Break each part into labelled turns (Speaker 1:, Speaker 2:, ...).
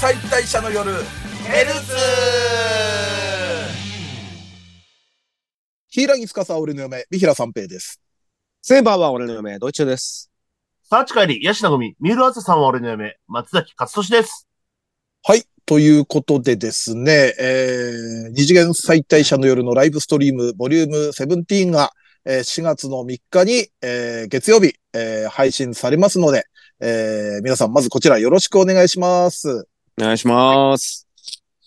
Speaker 1: 解体者の夜ヘルツ
Speaker 2: 柊司俺の嫁、美平三平です。
Speaker 3: セイバーは俺の嫁、ドイツです。
Speaker 4: サーチ帰り、ヤシナゴミ、三浦敦さんは俺の嫁、松崎勝利です。
Speaker 2: はい。ということでですね、えー、二次元再退者の夜のライブストリーム、ボリューム17が、えー4月の3日に、えー月曜日、えー配信されますので、えー皆さんまずこちらよろしくお願いします。
Speaker 3: お願いします。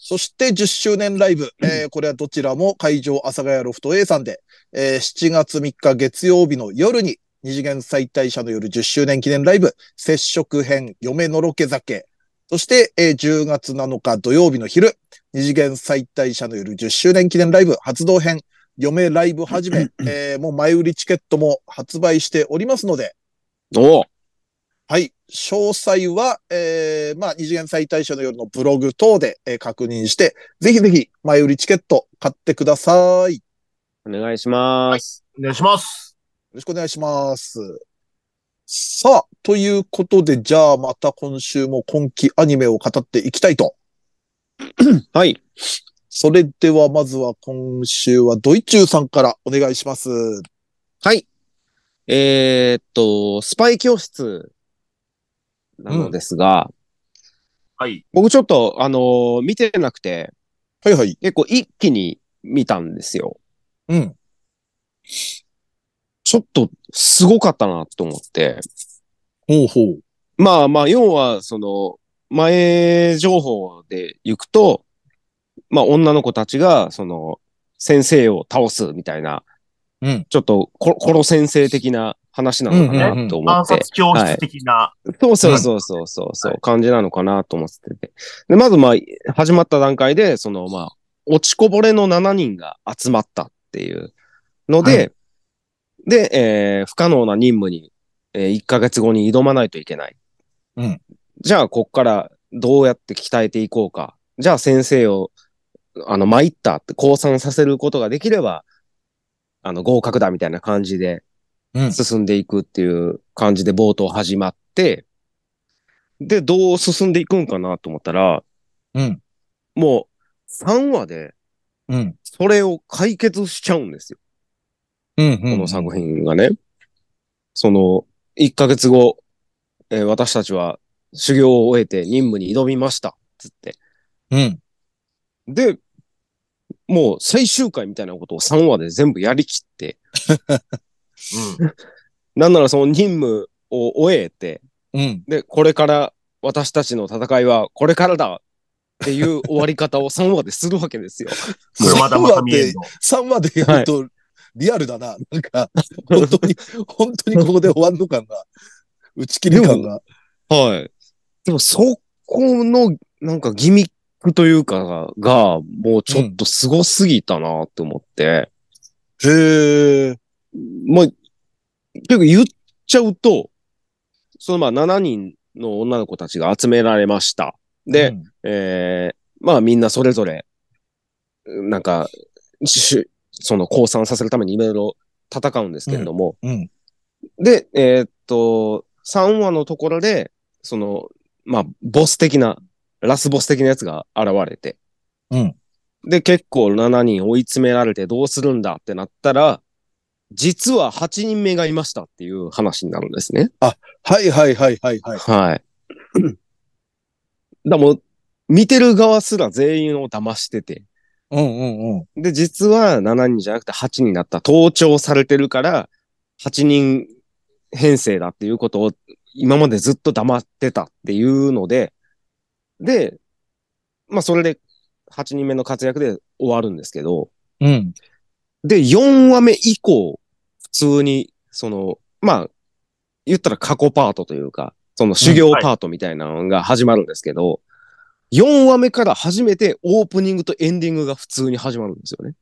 Speaker 2: そして10周年ライブ、えーこれはどちらも会場阿佐ヶ谷ロフト A さんで、えー7月3日月曜日の夜に二次元再退者の夜10周年記念ライブ、接触編、嫁のろけ酒。そして、えー10月7日土曜日の昼、二次元再退者の夜10周年記念ライブ、発動編、嫁ライブはじめ、えーもう前売りチケットも発売しておりますので、
Speaker 3: おお
Speaker 2: はい。詳細は、えー、まあ、二次元再退者の夜のブログ等で、えー確認して、ぜひぜひ前売りチケット買ってください。よ
Speaker 3: 願いします。
Speaker 4: お願いします。
Speaker 2: ろしくお願いします。さあ、ということで、じゃあまた今週も今期アニメを語っていきたいと。
Speaker 3: はい。
Speaker 2: それではまずは今週はドイチューさんからお願いします。
Speaker 3: はい。えーっと、スパイ教室なのですが、
Speaker 4: はい。
Speaker 3: 僕ちょっと、あのー見てなくて、
Speaker 2: はいはい。
Speaker 3: 結構一気に見たんですよ。
Speaker 2: うん。
Speaker 3: ちょっと、すごかったなと思って。
Speaker 2: ほうほう。
Speaker 3: まあまあ、要は、その、前情報で行くと、まあ、女の子たちが、その、先生を倒すみたいな、
Speaker 2: うん
Speaker 3: ちょっとコ、コロ先生的な話な
Speaker 2: う
Speaker 3: のか
Speaker 2: んうんうん
Speaker 3: なと思
Speaker 4: 暗
Speaker 3: って。
Speaker 4: 殺教室的な。
Speaker 3: そうそうそうそうそう、そう感じなのかなと思ってて。で、まずまあ、始まった段階で、その、まあ、落ちこぼれの7人が集まったっていうので、で、えー不可能な任務に、え1ヶ月後に挑まないといけない。
Speaker 2: うん
Speaker 3: じゃあ、こっからどうやって鍛えていこうか。じゃあ、先生を、あの、参ったって降参させることができれば、あの、合格だみたいな感じで
Speaker 2: うん
Speaker 3: 進んでいくっていう感じで冒頭始まって、で、どう進んでいくんかなと思ったら、
Speaker 2: うん。
Speaker 3: もう3話で
Speaker 2: うん。
Speaker 3: それを解決しちゃうんですよ。
Speaker 2: うん。
Speaker 3: この作品がね。その、1ヶ月後、えー私たちは修行を終えて任務に挑みました。つって。
Speaker 2: うん。
Speaker 3: で、もう最終回みたいなことを3話で全部やりきって、
Speaker 4: うん。
Speaker 3: なんならその任務を終えて、
Speaker 2: うん。
Speaker 3: で、これから私たちの戦いはこれからだっていう終わり方を3話でするわけですよ。
Speaker 4: これまだまだ見えんの。
Speaker 2: 3まで言うと、リアルだな。なんか、本当に、本当にここで終わんの感が、打ち切り感が。
Speaker 3: はい。でもそこのなんかギミックというかが、もうちょっとすごすぎたなって思って、
Speaker 2: へえ。
Speaker 3: もう、結構言っちゃうと、そのまあ7人の女の子たちが集められました。で、
Speaker 2: うん、
Speaker 3: えーまあみんなそれぞれ、なんか、しその降参させるためにいろいろ戦うんですけれども、
Speaker 2: うん
Speaker 3: で、えーっと、3話のところで、その、まあ、ボス的な、ラスボス的なやつが現れて、
Speaker 2: うん
Speaker 3: で、結構7人追い詰められてどうするんだってなったら、実は8人目がいましたっていう話になるんですね。
Speaker 2: はいはいはいはいはい。
Speaker 3: はい。だもう、見てる側すら全員を騙してて。
Speaker 2: うんうんうん。
Speaker 3: で、実は7人じゃなくて8人だった。盗聴されてるから、8人編成だっていうことを今までずっと黙ってたっていうので、で、まあそれで8人目の活躍で終わるんですけど、
Speaker 2: うん。
Speaker 3: で、4話目以降、普通に、その、まあ、言ったら過去パートというか、その修行パートみたいなのが始まるんですけど、4話目から初めてオープニングとエンディングが普通に始まるんですよね。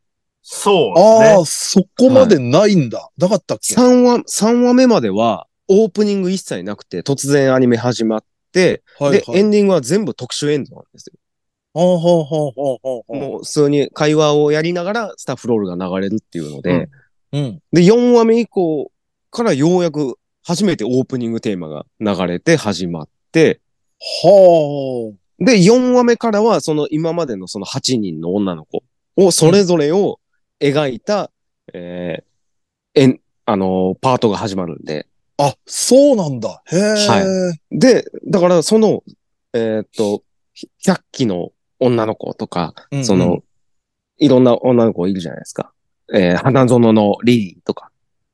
Speaker 4: そう
Speaker 2: ああ、
Speaker 4: で
Speaker 2: そこまでないんだ。なかったっけ
Speaker 3: 3話、三話目まではオープニング一切なくて、突然アニメ始まって、
Speaker 2: はいは
Speaker 3: で、エ
Speaker 2: い。
Speaker 3: ンディングは全部特殊エンドなんですよ。
Speaker 2: はあはあはあはあはあ
Speaker 3: もう普通に会話をやりながらスタッフロールが流れるっていうので、
Speaker 2: うんうん。
Speaker 3: で、4話目以降からようやく初めてオープニングテーマが流れて始まって、
Speaker 2: は
Speaker 3: で、4話目からは、その今までのその8人の女の子を、それぞれを描いた、えーえん、あのーパートが始まるんで。
Speaker 2: あ、そうなんだ。へえ。
Speaker 3: はで、だからその、えーっと、100期の女の子とか、
Speaker 2: うんうん
Speaker 3: その、いろんな女の子いるじゃないですか。えー花園のリリーとか。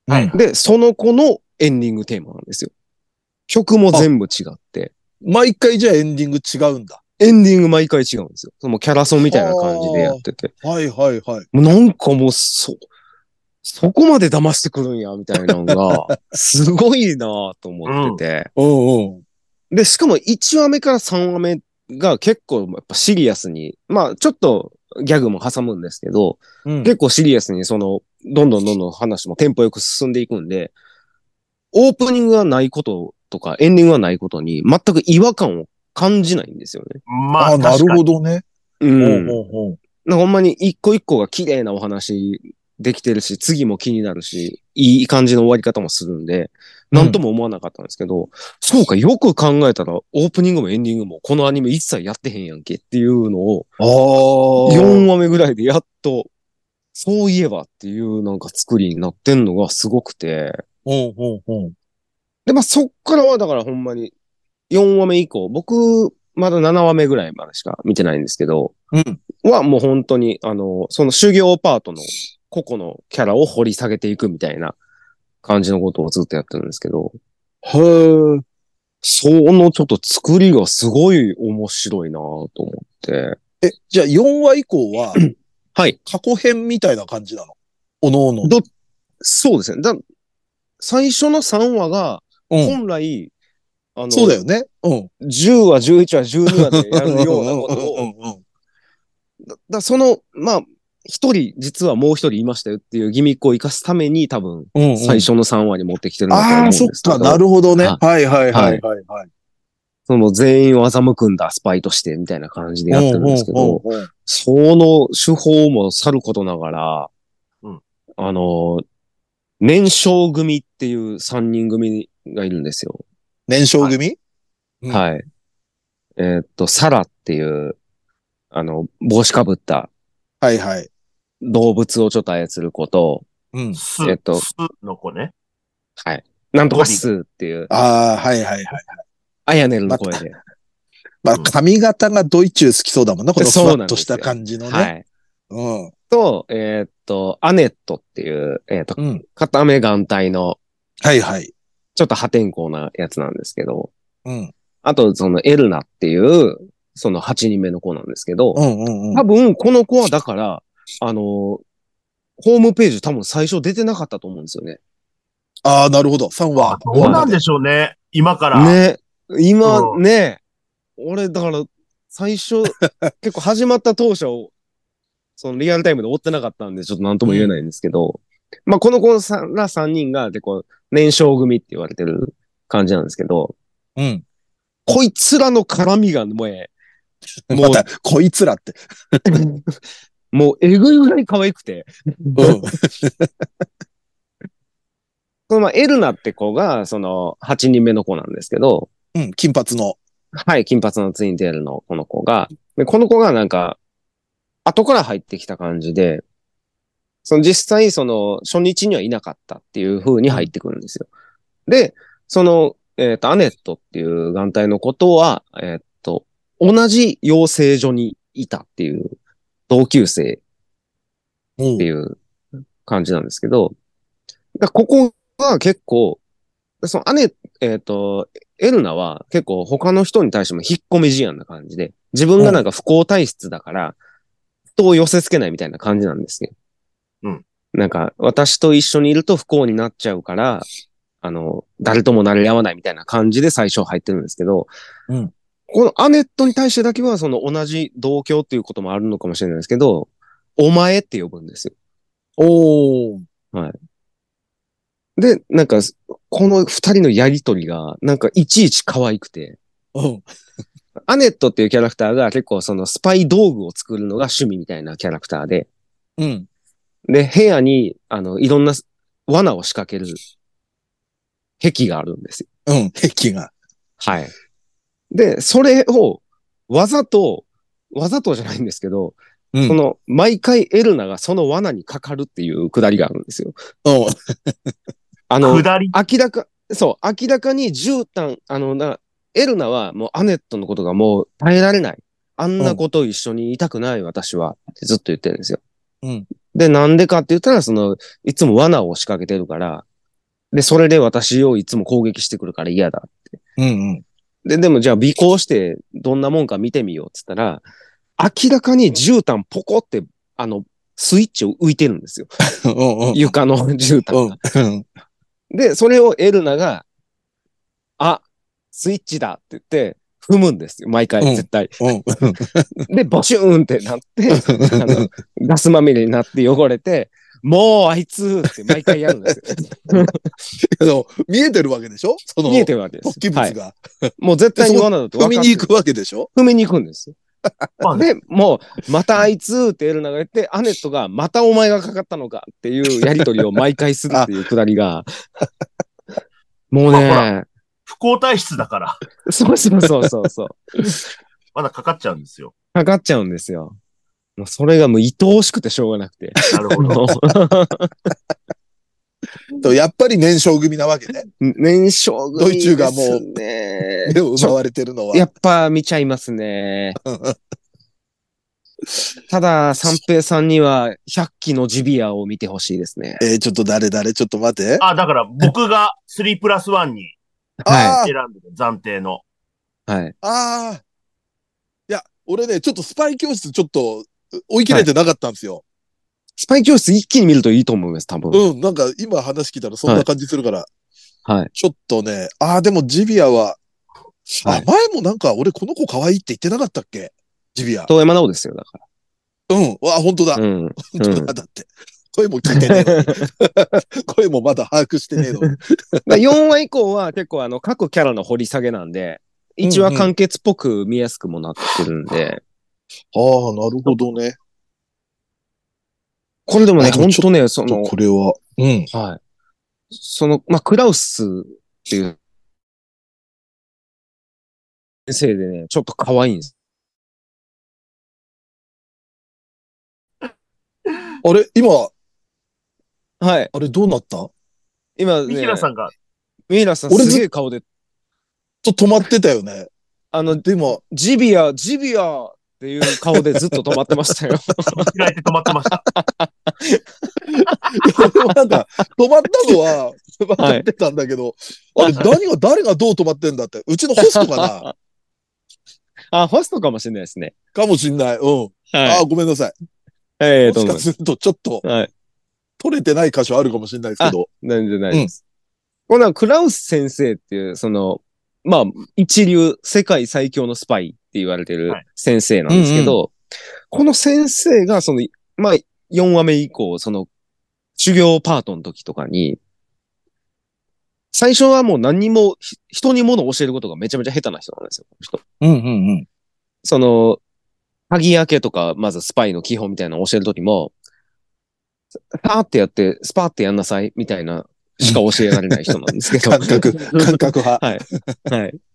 Speaker 2: はい
Speaker 3: で、その子のエンディングテーマなんですよ。曲も全部違って、
Speaker 2: 毎回じゃあエンディング違うんだ。
Speaker 3: エンディング毎回違うんですよ。そのキャラソンみたいな感じでやってて。
Speaker 2: はいはいはい。
Speaker 3: もうなんかもう、そ、そこまで騙してくるんや、みたいなのが、すごいなぁと思ってて。
Speaker 2: うんうん。
Speaker 3: で、しかも1話目から3話目が結構やっぱシリアスに、まあちょっとギャグも挟むんですけど、
Speaker 2: うん
Speaker 3: 結構シリアスにその、どんどんどんどん話もテンポよく進んでいくんで、オープニングがないこととかエンディングがないことに全く違和感を感じないんですよね。
Speaker 4: ま
Speaker 2: あ
Speaker 4: あ、
Speaker 2: な
Speaker 4: 確
Speaker 2: る
Speaker 4: か
Speaker 2: ほ
Speaker 4: に。
Speaker 2: どね。
Speaker 3: う。
Speaker 2: うんほうほう。
Speaker 3: なんかほんまに一個一個が綺麗なお話できてるし、次も気になるし、いい感じの終わり方もするんで、なんとも思わなかったんですけど、そうか、よく考えたら、オープニングもエンディングも、このアニメ一切やってへんやんけっていうのを、
Speaker 2: ああ。
Speaker 3: 4話目ぐらいでやっと、そういえばっていうなんか作りになってんのがすごくて、
Speaker 2: うんうんうん。
Speaker 3: で、まあそっからはだからほんまに、4話目以降、僕、まだ7話目ぐらいまでしか見てないんですけど、
Speaker 2: うん
Speaker 3: はもう本当に、あの、その修行パートの個々のキャラを掘り下げていくみたいな感じのことをずっとやってるんですけど、
Speaker 2: へえ。
Speaker 3: そのちょっと作りがすごい面白いなと思って、
Speaker 2: え、じゃあ4話以降は、
Speaker 3: はい。
Speaker 2: 過去編みたいな感じなのおのおの。
Speaker 3: ど、そうですね。だ最初の3話が、
Speaker 2: うん。
Speaker 3: 本来、あの、
Speaker 2: そうだよね。うん。
Speaker 3: 10話、11話、12話でやるようなこと を、
Speaker 2: うんうんうん
Speaker 3: だだその、まあ、一人、実はもう一人いましたよっていうギミックを生かすために多分、
Speaker 2: うんうん。
Speaker 3: 最初の3話に持ってきてるんだと思うん
Speaker 2: ああ、
Speaker 3: です
Speaker 2: そっ
Speaker 3: けど。
Speaker 2: か、なるほどね。
Speaker 3: は
Speaker 2: はいはいはいはいはい。
Speaker 3: その全員を欺くんだ、スパイとして、みたいな感じでやってるんですけど、
Speaker 2: うんうんうんうん
Speaker 3: その手法もさることながら、
Speaker 4: うん
Speaker 3: あの、年少組っていう3人組がいるんですよ。
Speaker 2: 年少組うん
Speaker 3: はい。えーっと、サラっていう、あの、帽子かぶった
Speaker 2: はいはい。
Speaker 3: 動物をちょっと操る子と、
Speaker 2: うん。
Speaker 4: す、
Speaker 3: えっと
Speaker 4: すの子ね。
Speaker 3: はい。なんとかスーっていう、
Speaker 2: ああ、はいはいはい。
Speaker 3: アヤネルの声で。
Speaker 2: まあ、
Speaker 4: うん
Speaker 2: 髪型がドイチュー好きそうだもんな、このふ
Speaker 3: そうな
Speaker 2: わ
Speaker 3: んですよ
Speaker 2: っとした感じの
Speaker 3: は
Speaker 2: ね。
Speaker 3: い。
Speaker 2: うん。
Speaker 3: と、えーっと、アネットっていう、えーっと、
Speaker 2: うん。
Speaker 3: 片目眼帯の、
Speaker 2: はいはい。
Speaker 3: ちょっと破天荒なやつなんですけど、
Speaker 2: うん。
Speaker 3: あと、そのエルナっていう、その8人目の子なんですけど、
Speaker 2: うんうんうん。
Speaker 3: 多分、この子はだから、あの、ホームページ多分最初出てなかったと思うんですよね。
Speaker 2: ああ、なるほど。3話。
Speaker 4: どうなんでしょうね。今から。
Speaker 3: ね。今、
Speaker 4: うん
Speaker 3: ね。俺、だから、最初、結構始まった当初を、そのリアルタイムで追ってなかったんで、ちょっと何とも言えないんですけど、まあ、この子さんら3人が、で、こう、年少組って言われてる感じなんですけど、
Speaker 2: うん。
Speaker 3: こいつらの絡みが、もう、も
Speaker 2: また、こいつらって。
Speaker 3: もう、えぐいぐらい可愛くて、
Speaker 2: うん。
Speaker 3: この、まあ、エルナって子が、その、8人目の子なんですけど、
Speaker 2: うん。金髪の。
Speaker 3: はい、金髪のツインテールのこの子が、で、この子がなんか、後から入ってきた感じで、その実際その初日にはいなかったっていう風に入ってくるんですよ。で、その、えっ、と、アネットっていう眼帯のことは、えっ、と、同じ養成所にいたっていう同級生
Speaker 2: う
Speaker 3: っ
Speaker 2: ん。
Speaker 3: ていう感じなんですけど、だここが結構、その姉、えっ、と、エルナは結構他の人に対しても引っ込み思案な感じで、自分がなんか不幸体質だから、人を寄せ付けないみたいな感じなんですね。
Speaker 4: うん。
Speaker 3: なんか、私と一緒にいると不幸になっちゃうから、あの、誰ともなれ合わないみたいな感じで最初入ってるんですけど、
Speaker 2: うん
Speaker 3: このアネットに対してだけは、その同じ同居っていうこともあるのかもしれないですけど、お前って呼ぶんですよ
Speaker 2: おー。
Speaker 3: で、なんか、この二人のやりとりが、なんかいちいち可愛くて、
Speaker 2: うん。
Speaker 3: アネットっていうキャラクターが結構そのスパイ道具を作るのが趣味みたいなキャラクターで、
Speaker 2: うん。
Speaker 3: で、部屋に、あの、いろんな罠を仕掛ける壁があるんですよ。
Speaker 2: うん。壁が。
Speaker 3: はい。で、それを、わざと、わざとじゃないんですけど、
Speaker 2: うん
Speaker 3: その、毎回エルナがその罠にかかるっていうくだりがあるんですよ。
Speaker 2: うん。
Speaker 3: あの、
Speaker 4: 下り。
Speaker 3: 明らか、そう、明らかに絨毯、あの、な、エルナはもうアネットのことがもう耐えられない。あんなこと一緒にいたくない私は、ってずっと言ってるんですよ。
Speaker 2: うん
Speaker 3: で、なんでかって言ったら、その、いつも罠を仕掛けてるから、で、それで私をいつも攻撃してくるから嫌だ。
Speaker 2: うんうん。
Speaker 3: で、でもじゃあ尾行してどんなもんか見てみようって言ったら、明らかに絨毯ポコって、あの、スイッチを浮いてるんですよ。
Speaker 2: うんうん。
Speaker 3: 床の絨毯が。
Speaker 2: うん。
Speaker 3: で、それをエルナが、あ、スイッチだって言って、踏むんですよ、毎回、
Speaker 2: うん
Speaker 3: 絶対。
Speaker 2: うん。
Speaker 3: で、ボシューンってなって、あの、ガスまみれになって汚れて、もうあいつって毎回やる んですよ。
Speaker 2: けど、見えてるわけでしょその、
Speaker 3: 見えてるわけです
Speaker 2: 突起
Speaker 3: よ。
Speaker 2: 物
Speaker 3: はい。
Speaker 2: が。
Speaker 3: もう絶対に罠だと
Speaker 2: 踏
Speaker 3: 分かって
Speaker 2: み
Speaker 3: る
Speaker 2: に行くわけでしょ
Speaker 3: 踏みに行くんですよ。
Speaker 4: まあね
Speaker 3: で、もう、またあいつってエルナが言って、アネットが、またお前がかかったのかっていうやりとりを毎回するっていうくだ りが、も
Speaker 4: ほ
Speaker 3: うね、
Speaker 4: 不幸体質だから、
Speaker 3: そうそうそうそうそう、
Speaker 4: まだかかっちゃうんですよ。
Speaker 3: かかっちゃうんですよ。もうそれがもう愛おしくてしょうがな くて。
Speaker 4: なるほど。
Speaker 3: も
Speaker 2: とやっぱり燃焼組なわけ ね。
Speaker 3: う年少組
Speaker 2: ドイツがもう
Speaker 3: ですね
Speaker 2: 目を奪われてるのは。
Speaker 3: やっぱ見ちゃいますね。ただ、三平さんには、100期のジビアを見てほしいですね。
Speaker 2: えー、ちょっと誰誰ちょっと待て。
Speaker 4: あ、だから僕が3プラス1に
Speaker 3: は
Speaker 2: あー
Speaker 4: 選んでる、暫定の。
Speaker 3: い。はい。
Speaker 2: あー。いや、俺ね、ちょっとスパイ教室ちょっと追い切れてなかったんですよ。
Speaker 3: スパイ教室一気に見るといいと思います、多分。
Speaker 2: うん、なんか今話聞いたらそんな感じするから。
Speaker 3: はい。
Speaker 2: ちょっとね、ああ、でもジビアは、
Speaker 3: は
Speaker 2: あ
Speaker 3: い、
Speaker 2: 前もなんか俺この子可愛いって言ってなかったっけジビア。
Speaker 3: 遠山直ですよ、だか
Speaker 2: うん。わ、本当だ。
Speaker 3: ら。うん。
Speaker 2: 本当だ。だって。声も聞いて ねえの に。声もまだ把握してねえのに。
Speaker 3: 4話以降は結構あの、各キャラの掘り下げなんで、1話完結っぽく見やすくもなってるん
Speaker 2: ああ、
Speaker 3: で、
Speaker 2: なるほどね。
Speaker 3: これでもね、
Speaker 2: あでも
Speaker 3: ほんとね、そ
Speaker 2: ちょっ
Speaker 3: の
Speaker 2: と、これは。うん。
Speaker 3: はい。その、まあ、クラウスっていう、先生でね、ちょっと可愛いんです。
Speaker 2: あれ、今、
Speaker 3: はい。
Speaker 2: あれどうなった
Speaker 3: 今ね、
Speaker 4: 三平さんが、
Speaker 3: ミイラさん
Speaker 2: 俺ず
Speaker 3: すげえ顔で、
Speaker 2: ちょっと止まってたよね。
Speaker 3: あの、
Speaker 2: でも、
Speaker 3: ジビア、ジビアっていう顔でずっと止まってま したよ。
Speaker 4: 開いて止まってま した。
Speaker 2: 俺もなんか、止まったのは、分かってたんだけど、あれ、何が、誰がどう止まってんだって。うちのホストか な
Speaker 3: あ、ホストかもしれないですね。
Speaker 2: かもしんない。うん。ああ、
Speaker 3: はい。
Speaker 2: ごめんなさい。
Speaker 3: ええ
Speaker 2: も
Speaker 3: どう
Speaker 2: し
Speaker 3: も
Speaker 2: か。すると、ちょっと、
Speaker 3: はい。
Speaker 2: 取れてない箇所あるかもしれないですけど。
Speaker 3: なんじゃないです。こんなん、クラウス先生っていう、その、まあ、一流、世界最強のスパイって言われてる
Speaker 4: はい
Speaker 3: 先生なんですけど、この先生が、その、まあ、4話目以降、その、修行パートの時とかに、最初はもう何にも、ひ人に物を教えることがめちゃめちゃ下手な人なんですよ、この人。
Speaker 2: うんうんうん。
Speaker 3: その、鍵開けとか、まずスパイの基本みたいなのを教えるときも、パーってやって、スパーってやんなさい、みたいな、しか教えられない人なんです けど。
Speaker 2: 感覚、感覚派。
Speaker 3: はい。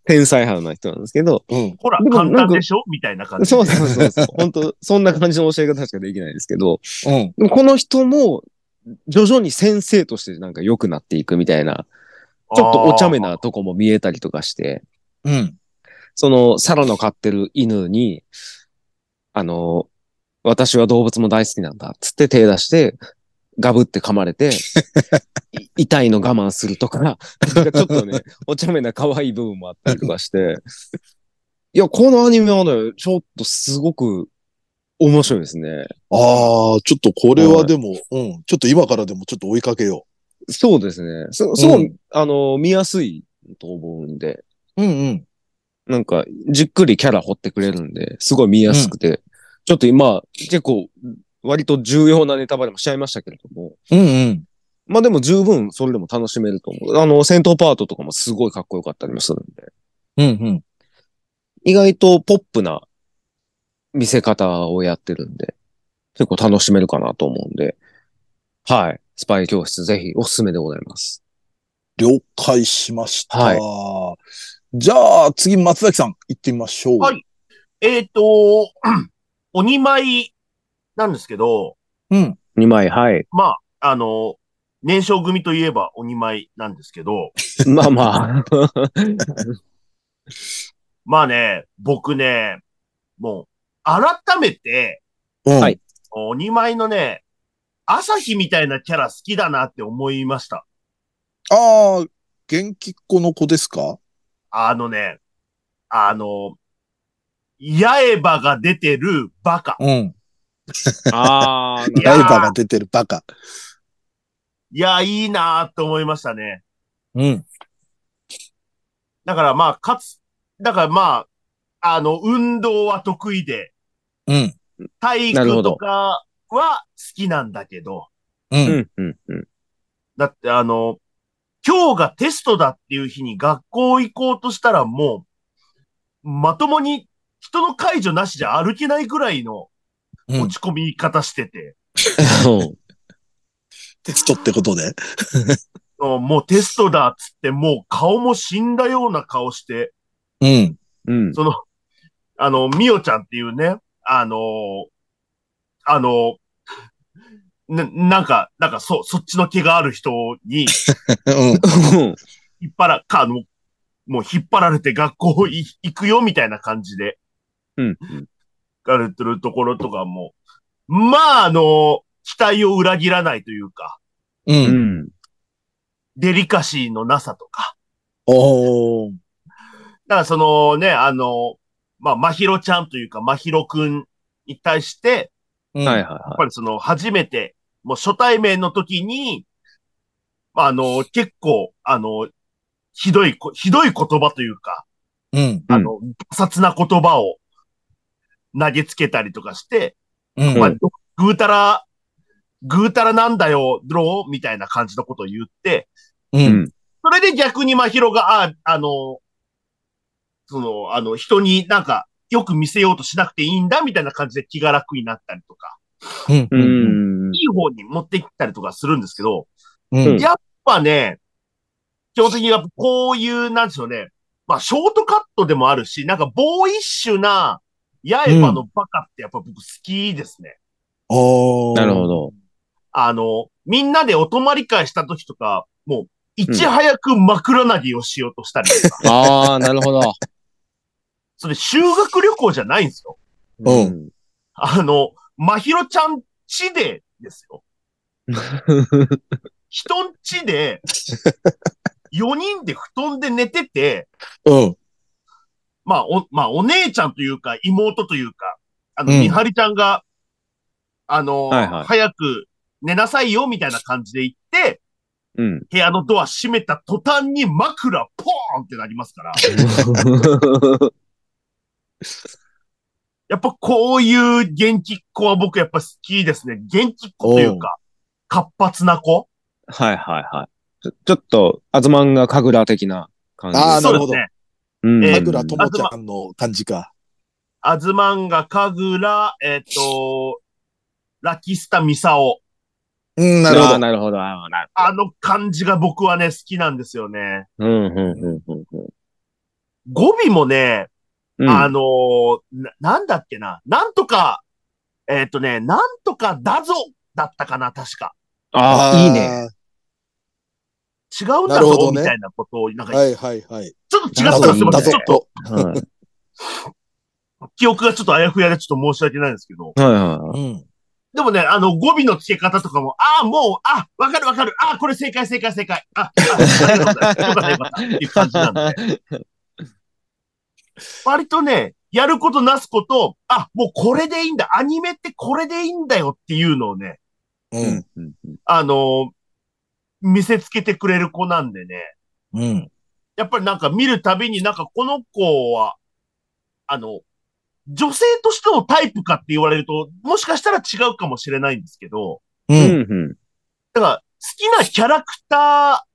Speaker 3: 天才派な人なんですけど。
Speaker 2: うん。
Speaker 4: ほら、
Speaker 3: でも
Speaker 4: 簡
Speaker 3: なん
Speaker 4: 単
Speaker 3: か
Speaker 4: でしょみたいな感じで。
Speaker 3: そうそうそうそう。 本当そんな感じの教え方しかできないですけど。
Speaker 2: うん。
Speaker 3: でもこの人も、徐々に先生としてなんか良くなっていくみたいな、ちょっとお茶目なとこも見えたりとかして。
Speaker 2: うん。
Speaker 3: その、サラの飼ってる犬に、あの、私は動物も大好きなんだ、つって手出して、ガブって噛まれて、い痛いの我慢するとか、なんかちょっとね、お茶目な可愛い部分もあったりとかして、いや、このアニメはね、ちょっとすごく面白いですね。
Speaker 2: ああ、ちょっとこれはでも、うん。ちょっと今からでもちょっと追いかけよ
Speaker 3: そうですね。そすごい、
Speaker 2: う
Speaker 3: あの、見やすいと思うんで、
Speaker 2: う。うんうん。
Speaker 3: なんか、じっくりキャラ掘ってくれるんで、すごい見やすくて、ちょっと今、結構、割と重要なネタバレもしちゃいましたけれども、
Speaker 2: うんうん。
Speaker 3: まあでも十分それでも楽しめると思う。あの、戦闘パートとかもすごいかっこよかったりもするんで、
Speaker 2: うんうん。
Speaker 3: 意外とポップな見せ方をやってるんで、結構楽しめるかなと思うんで、はい。スパイ教室ぜひおすすめでございます。
Speaker 2: 了解しました。
Speaker 3: は
Speaker 2: じゃあ、次、松崎さん、行ってみましょう。
Speaker 4: はいえっ、と、 鬼舞なんですけど、
Speaker 2: うん。
Speaker 3: 2枚、はい。
Speaker 4: まあ、あの、年少組といえば鬼舞なんですけど、
Speaker 3: まあまあ。
Speaker 4: まあね、僕ね、もう、改めて、
Speaker 2: うん。
Speaker 3: はい
Speaker 4: 鬼舞のね、朝日みたいなキャラ好きだなって思いました。
Speaker 2: ああ、元気っ子の子ですか
Speaker 4: あのね、あの、八重歯が出てるバカ。
Speaker 2: うん。
Speaker 3: ああ、
Speaker 4: いや
Speaker 2: ラ
Speaker 4: ー
Speaker 2: イバーが出てるバカ。
Speaker 4: いや、いいなーと思いましたね。
Speaker 2: うん。
Speaker 4: だからまあ、かつ、だからまあ、あの、運動は得意で、
Speaker 2: うん。
Speaker 4: 体
Speaker 3: なる
Speaker 4: 育
Speaker 3: ほど
Speaker 4: とかは好きなんだけど、
Speaker 2: う。
Speaker 3: うんん、うん、うん。
Speaker 4: だってあの、今日がテストだっていう日に学校行こうとしたらもう、まともに人の介助なしじゃ歩けないぐらいの
Speaker 2: うん
Speaker 4: 落ち込み方してて、
Speaker 2: テストってことで。
Speaker 4: あもうテストだっつってもう顔も死んだような顔して、
Speaker 2: うん。
Speaker 3: うん。
Speaker 4: その、あの、みおちゃんっていうね、あのーあのーな、なんか、なんか、そ、そっちの毛がある人に、
Speaker 2: うん。
Speaker 3: うん
Speaker 4: 引っ張ら、か、あの、もう引っ張られて学校い行くよ、みたいな感じで、
Speaker 3: う
Speaker 4: 行
Speaker 3: ん。
Speaker 4: かれてるところとかも、まあ、あのー期待を裏切らないというか、
Speaker 2: う。
Speaker 3: うんん。
Speaker 4: デリカシーのなさとか、
Speaker 2: おー。
Speaker 4: だからそのね、あのーまあ、まひろちゃんというか、まひろくんに対して、
Speaker 2: うん
Speaker 3: はいはい
Speaker 4: やっ
Speaker 3: は
Speaker 4: ぱりその、初めて、もう初対面の時に、まあ、あの、結構、あの、ひどいこ、ひどい言葉というか、
Speaker 2: うん。
Speaker 3: うん
Speaker 4: あの、雑な言葉を投げつけたりとかして、
Speaker 2: うん。
Speaker 4: まあ
Speaker 3: う、
Speaker 4: ぐうたら、ぐうたらなんだよ、ろうみたいな感じのことを言って、
Speaker 2: う
Speaker 3: い。
Speaker 2: ん。。
Speaker 4: それで逆にまひろが、あ、あの、その、あの、人になんか、よく見せようとしなくていいんだ、みたいな感じで気が楽になったりとか、
Speaker 2: うん。
Speaker 3: う。ん。
Speaker 4: いい方に持ってきたりとかするんですけど、
Speaker 2: うん。
Speaker 4: やっぱね、基本的にやっぱこういう、なんでしょうね。まあ、ショートカットでもあるし、なんかボーイッシュな、八重歯のバカってやっぱ僕好きですね。
Speaker 2: おー。
Speaker 3: なるほど。
Speaker 4: あの、みんなでお泊まり会した時とか、もう、いち早く枕投げをしようとしたりとか、
Speaker 3: ああ、なるほ ど。。
Speaker 4: それ修学旅行じゃないんですよ。
Speaker 2: うん
Speaker 4: あの、まひろちゃんちでですよ。人んちで、4人で布団で寝てて、
Speaker 2: うん。
Speaker 4: まあ、お、まあ、お姉ちゃんというか、妹というか、あの、
Speaker 2: うん
Speaker 4: みはりちゃんが、あの、
Speaker 3: はいはい
Speaker 4: 早く寝なさいよ、みたいな感じで言って、
Speaker 3: うん。
Speaker 4: 部屋のドア閉めた途端に枕ポーンってなりますから、 やっぱこういう元気っ子は僕やっぱ好きですね。元気っ子というか、活発な子。
Speaker 3: はいはいはい。ちょちょっと、アズマンが神楽的な感じ。
Speaker 2: あーな
Speaker 4: そ
Speaker 2: る
Speaker 4: う
Speaker 2: ほ
Speaker 4: で
Speaker 2: ど
Speaker 4: すね。
Speaker 3: うん
Speaker 4: え
Speaker 2: マグラともちゃんの感じか。
Speaker 4: あずまんがかぐら、えっ、と、ラキスタミサオ。
Speaker 2: うん、な
Speaker 3: なる
Speaker 2: る
Speaker 3: ほ
Speaker 2: ほど。
Speaker 3: ど。なるほど。あーなる
Speaker 4: あの感じが僕はね、好きなんですよね。
Speaker 3: うん、うん、うんうんうん。
Speaker 4: 語尾もね、
Speaker 3: うん
Speaker 4: あのーな、なんだっけな。なんとか、えっ、とね、なんとかだぞだったかな、確か。
Speaker 3: あー、いいね。。
Speaker 4: 違うん
Speaker 2: な
Speaker 4: だ
Speaker 2: る
Speaker 4: ぞ
Speaker 2: ほ、どね
Speaker 4: みたいなことを、なんか、
Speaker 2: はいはいはい。
Speaker 4: ちょっと違ったらすいま
Speaker 2: だ
Speaker 4: せん。
Speaker 2: ぞ
Speaker 4: ちょっと、
Speaker 3: はい
Speaker 4: 記憶がちょっとあやふやでちょっと申し訳ないんですけど。
Speaker 3: はいは
Speaker 2: うん。
Speaker 4: でもね、あの、語尾の付け方とかも、ああ、もう、あわかるわかる。ああ、これ正解正解正解。あ、あありがとうございます。よかったよかった。っていう感じなんで。
Speaker 3: い。
Speaker 4: 割とね、やることなすこと、あ、もうこれでいいんだ。アニメってこれでいいんだよっていうのをね、
Speaker 2: うん。
Speaker 3: うん。
Speaker 4: あのー見せつけてくれる子なんでね。
Speaker 2: うん。
Speaker 4: やっぱりなんか見るたびになんかこの子は、あの、女性としてのタイプかって言われると、もしかしたら違うかもしれないんですけど、
Speaker 2: う。
Speaker 3: うんん。
Speaker 4: だから好きなキャラクタ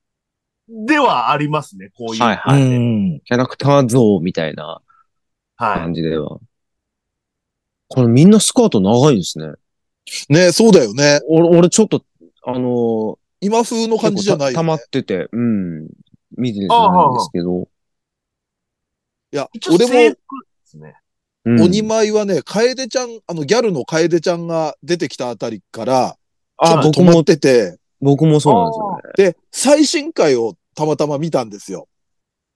Speaker 4: ーではありますね、こういう。
Speaker 3: は
Speaker 2: う
Speaker 3: い
Speaker 2: ん。う
Speaker 3: はい。
Speaker 2: ん。
Speaker 3: キャラクター像みたいな
Speaker 4: はい。
Speaker 3: 感じでは。これみんなスカート長いんですね。
Speaker 2: ねそうだよね。
Speaker 3: 俺、俺ちょっと、あのー、
Speaker 2: 今風の感じじゃない
Speaker 3: 結構
Speaker 2: よ
Speaker 3: た溜
Speaker 2: ね。
Speaker 3: まってて、うん。見てないん
Speaker 4: ああ
Speaker 3: ですけど。
Speaker 2: いや
Speaker 4: 一、応
Speaker 2: 俺
Speaker 4: 制服で
Speaker 2: も
Speaker 4: すね。
Speaker 3: うん
Speaker 2: 鬼舞はね、楓ちゃん、あの、ギャルの楓ちゃんが出てきたあたりから、
Speaker 3: あ、
Speaker 2: 止
Speaker 3: 僕
Speaker 2: まっ
Speaker 3: も、
Speaker 2: てて、
Speaker 3: 僕もそうなんですよね。
Speaker 2: で、最新回をたまたま見たんですよ。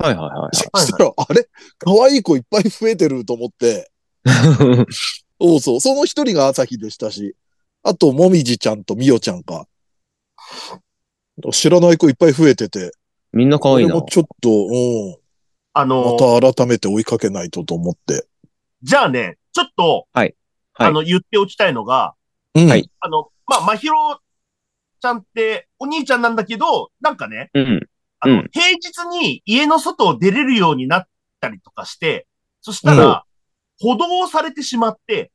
Speaker 3: はいはいはい
Speaker 2: そしたら、あれ可愛い子いっぱい増えてると思って、
Speaker 3: はい。
Speaker 2: そうそう、その一人が朝日でしたし、あと、もみじちゃんとみよちゃんか。知らない子いっぱい増えてて、
Speaker 3: みんな可
Speaker 2: こ
Speaker 3: 愛い
Speaker 2: れ
Speaker 3: な
Speaker 2: も。ちょっと、うん、
Speaker 4: あのー、
Speaker 2: また改めて追いかけないとと思って。
Speaker 4: じゃあね、ちょっと、
Speaker 3: はいはい
Speaker 4: あの、言っておきたいのが、
Speaker 2: うん
Speaker 3: はい
Speaker 4: あの、まあ、まひろちゃんって、お兄ちゃんなんだけど、なんかね、
Speaker 3: うん。
Speaker 4: あの、
Speaker 3: うん
Speaker 4: 平日に家の外を出れるようになったりとかして、そしたら、補導をされてしまって、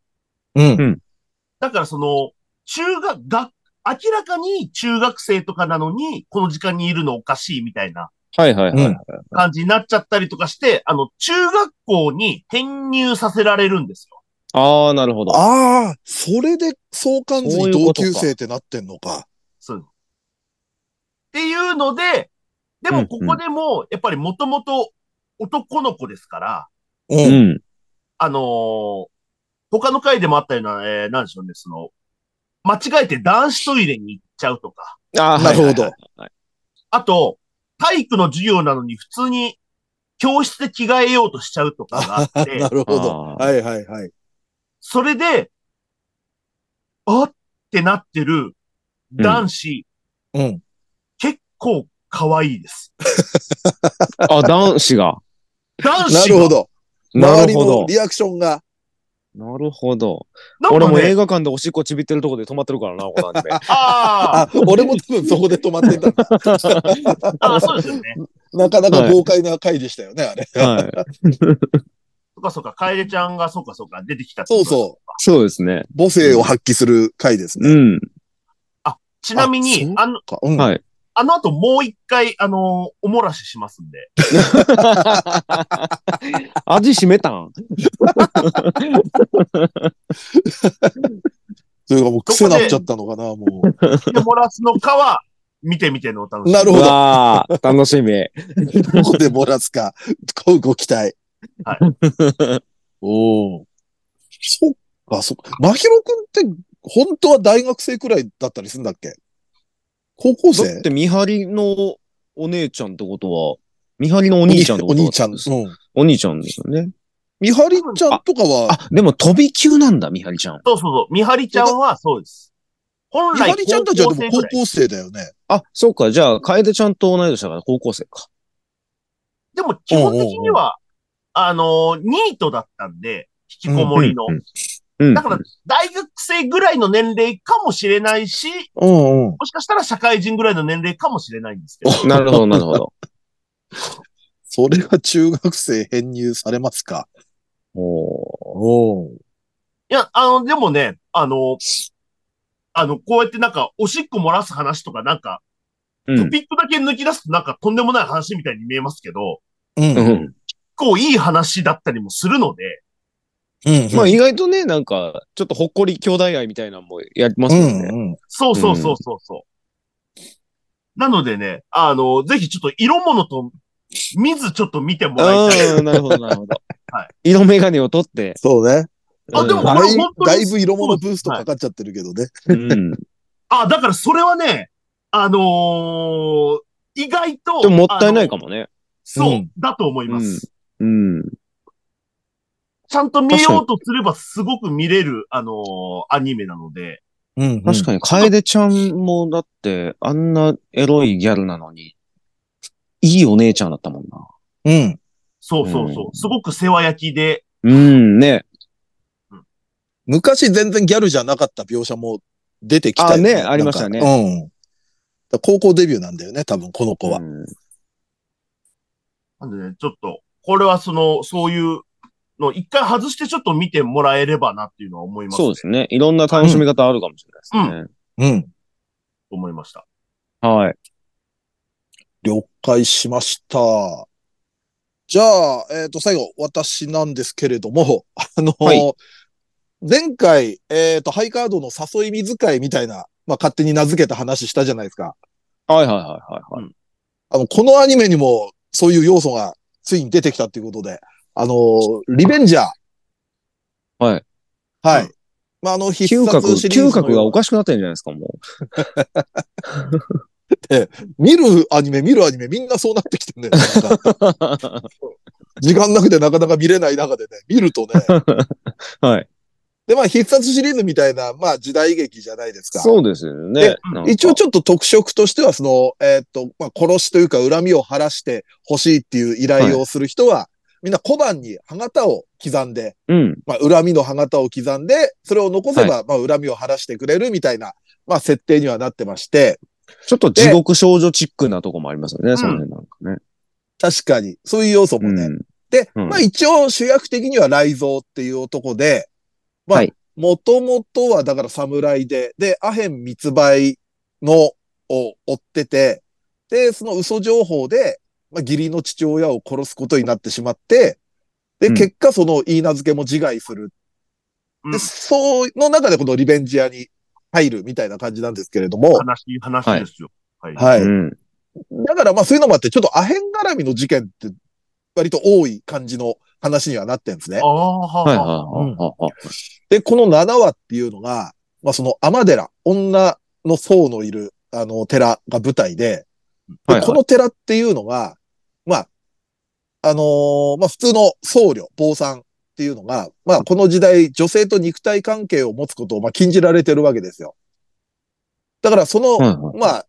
Speaker 2: うん。
Speaker 4: だからその、中学、学、明らかに中学生とかなのに、この時間にいるのおかしいみたいな
Speaker 3: はいはいはい。
Speaker 2: うん
Speaker 4: 感じになっちゃったりとかして、あの、中学校に編入させられるんですよ。
Speaker 3: ああ、なるほど。
Speaker 2: ああ、それで相関図
Speaker 3: そうい
Speaker 2: に
Speaker 3: う
Speaker 2: 同
Speaker 3: ことか
Speaker 2: 級生ってなってんのか。
Speaker 4: そう。っていうので、で
Speaker 3: うんう
Speaker 4: も
Speaker 3: ん
Speaker 4: ここでも、やっぱりもともと男の子ですから、
Speaker 2: うん。
Speaker 3: う
Speaker 2: うん。
Speaker 3: ん。
Speaker 4: あのー他の回でもあったような、えー、なんでしょうね、その、間違えて男子トイレに行っちゃうとか、
Speaker 3: ああ、
Speaker 2: なるほど
Speaker 3: はいはい
Speaker 4: あと、体育の授業なのに普通に教室で着替えようとしちゃうとかがあって
Speaker 2: な、るほど。
Speaker 3: あー
Speaker 2: はいはいはい。
Speaker 4: それで、あってなってる男子、
Speaker 2: うん。
Speaker 4: 結構可愛いです。
Speaker 3: はいはい。あ、男子が。
Speaker 4: 男子が
Speaker 2: なるほ。ど。
Speaker 3: な
Speaker 2: 周り
Speaker 3: るほ
Speaker 2: の
Speaker 3: ど。
Speaker 2: リアクションが。
Speaker 3: なるほど。
Speaker 4: なんかね
Speaker 3: 俺も映画館でおしっこちびってるとこで止まってるからな、このアニメ。
Speaker 4: あ
Speaker 2: あ、俺も多分そこで止まってた。
Speaker 4: ー あー、そうですよね。
Speaker 2: なかなか豪快な回でしたよね、あれ。
Speaker 3: はい。
Speaker 4: そうかそうか、楓ちゃんがそうかそうか、出てきたってこ
Speaker 2: そ
Speaker 4: と
Speaker 2: う
Speaker 4: だ
Speaker 2: そう。
Speaker 3: そうですね。
Speaker 2: 母性を発揮する回です
Speaker 3: う
Speaker 2: ね。
Speaker 3: ん。
Speaker 4: ちなみに、
Speaker 2: あ
Speaker 4: あの、
Speaker 2: かうん
Speaker 3: はい
Speaker 4: あの後もう一回、あのーお漏らししますんで。
Speaker 3: 味しめたん
Speaker 2: それがもう癖になっちゃったのかな、もう。
Speaker 4: で、漏らすのかは、 見てみてのお楽しみ。
Speaker 2: なる
Speaker 3: う
Speaker 2: ほど
Speaker 3: わー楽しみ。
Speaker 2: どこで漏らすか、ごご期待。
Speaker 4: はい
Speaker 2: おお。そっか、そっか。まひろくんって、本当は大学生くらいだったりするんだっけ高校
Speaker 3: だ
Speaker 2: 生
Speaker 3: って、見張りのお姉ちゃんってことは、見張りのお兄ちゃんって
Speaker 2: お
Speaker 3: こと
Speaker 2: 兄ちゃん。う
Speaker 3: です。
Speaker 2: ん。
Speaker 3: お兄ちゃんですよね。
Speaker 2: みはりちゃんとかは、
Speaker 3: あ、でも飛び級なんだ、見張りちゃん。
Speaker 4: そうそうそう。みはりちゃんはそうです。本
Speaker 2: み
Speaker 4: 来
Speaker 2: はりちゃんたちは
Speaker 4: 高校
Speaker 2: で
Speaker 4: 生ぐ
Speaker 2: も高
Speaker 4: らい。
Speaker 2: 校生だよね。
Speaker 3: あ、そうか。じゃあ、楓ちゃんと同い年だから高校生か。
Speaker 4: でも基本的には、あのーニートだったんで、引きこもりの。
Speaker 3: うんうん。
Speaker 4: だから、大学生ぐらいの年齢かもしれないし、
Speaker 2: うんうん。
Speaker 4: もしかしたら社会人ぐらいの年齢かもしれないんですけど。
Speaker 3: なるほど、なるほど。
Speaker 2: それが中学生編入されますか。
Speaker 3: おー
Speaker 2: おお。
Speaker 4: いや、あの、でもね、あの、あの、こうやってなんか、おしっこ漏らす話とかなんか、
Speaker 3: うん
Speaker 4: トピックだけ抜き出すとなんかとんでもない話みたいに見えますけど、
Speaker 2: う。
Speaker 3: うんん。
Speaker 4: 結構いい話だったりもするので、
Speaker 2: うん。
Speaker 3: まあ、意外とね、なんか、ちょっとほっこり兄弟愛みたいなのもやります
Speaker 2: う
Speaker 3: も
Speaker 2: ん
Speaker 3: んね。
Speaker 2: うん。
Speaker 4: そうそうそうそうそう。なのでね、あの、ぜひちょっと色物と、見ずちょっと見てもらいたい。
Speaker 3: うん、なるほど、な るほど。
Speaker 4: は
Speaker 3: 色眼鏡を取って。
Speaker 2: そうね。
Speaker 4: あでも
Speaker 2: だ
Speaker 4: これ
Speaker 2: い
Speaker 4: 本当に
Speaker 2: だいぶ色物ブーストかかっちゃってるけどね。
Speaker 3: うん、うん
Speaker 4: あ、だからそれはね、あのー意外と。
Speaker 3: でももったいないか
Speaker 4: も。
Speaker 3: もね。
Speaker 4: そう、
Speaker 2: うん
Speaker 4: だと思います。
Speaker 3: うんうん。
Speaker 4: ちゃんと見ようとすればすごく見れる、あのーアニメなので。
Speaker 2: うん
Speaker 3: 確かに、楓ちゃんも、だって、あんなエロいギャルなのに、いいお姉ちゃんだったもんな。
Speaker 2: に。うん。
Speaker 4: そうそうそう。
Speaker 3: うん
Speaker 4: すごく世話焼きで。
Speaker 3: うん、ね。
Speaker 2: 昔全然ギャルじゃなかった描写も出てきたよ
Speaker 3: あねありましたね
Speaker 2: なんかうん。だから高校デビューなんだよね、多分この子は
Speaker 3: う。ん
Speaker 4: なんでね、ちょっと、これはその、そういうの、一回外してちょっと見てもらえればなっていうのは思います、
Speaker 3: そうですね。いろんな楽しみ方あるかもしれないですね。
Speaker 2: うん。
Speaker 4: 思いました。
Speaker 3: はい。
Speaker 2: 了解しました。じゃあ、えっ、と、最後、私なんですけれども、 あの、
Speaker 3: はい
Speaker 2: 前回、えっ、と、ハイカードの誘い水会みたいな、まあ、勝手に名付けた話したじゃないですか。
Speaker 3: はいはいはいはいはい。
Speaker 2: あの、このアニメにも、そういう要素がついに出てきたっていうことで、あの、リベンジャー、
Speaker 3: はい。
Speaker 2: は
Speaker 4: う
Speaker 2: い。まあ、あの、必
Speaker 3: 嗅覚、
Speaker 2: 殺シリーズの
Speaker 3: 嗅覚がおかしくなってるんじゃないですか、もう。
Speaker 2: 見るアニメ、見るアニメ、みんなそうなってきて ね。なんか時間なくてなかなか見れない中でね、見るとね。
Speaker 3: はい。
Speaker 2: で、まあ、必殺シリーズみたいな、まあ、時代劇じゃないですか。
Speaker 3: そうですよね
Speaker 2: で。
Speaker 3: なんか
Speaker 2: 一応ちょっと特色としては、その、えーっと、まあ、殺しというか恨みを晴らして欲しいっていう依頼をする人は、みんな小判に歯型を刻んで、
Speaker 3: うん。
Speaker 2: まあ、恨みの歯型を刻んで、それを残せば、まあ、恨みを晴らしてくれるみたいな、まあ、設定にはなってまして、
Speaker 3: ちょっと地獄少女チックなとこもありますよね、その辺なんかね。
Speaker 2: 確かに、そういう要素もね。
Speaker 3: うん
Speaker 2: で、
Speaker 3: うん
Speaker 2: まあ、一応主役的には雷蔵っていう男で、まあ
Speaker 3: はい、
Speaker 2: もともとはだから侍で、で、アヘン密売の、を追ってて、で、その嘘情報で、まあ、義理の父親を殺すことになってしまって、で、
Speaker 3: うん
Speaker 2: 結果その言い名付けも自害する。
Speaker 4: うん
Speaker 2: で、そう、の中でこのリベンジ屋に入るみたいな感じなんですけれども、
Speaker 4: 話、話ですよ。はい。
Speaker 2: はい。
Speaker 3: うん。
Speaker 2: だからまあそういうのもあって、ちょっとアヘン絡みの事件って割と多い感じの話にはなってるんですね
Speaker 4: あ。あ、はあ
Speaker 3: はいはい
Speaker 4: はあ。
Speaker 3: はいはいはい。
Speaker 2: で、この7話っていうのが、まあその天寺、女の僧のいる、あの、寺が舞台で、で
Speaker 3: はいはい
Speaker 2: この寺っていうのが、まあ、あのーまあ普通の僧侶、坊さんっていうのが、まあこの時代、女性と肉体関係を持つことをまあ禁じられてるわけですよ。だからその、
Speaker 3: はいはい
Speaker 2: まあ、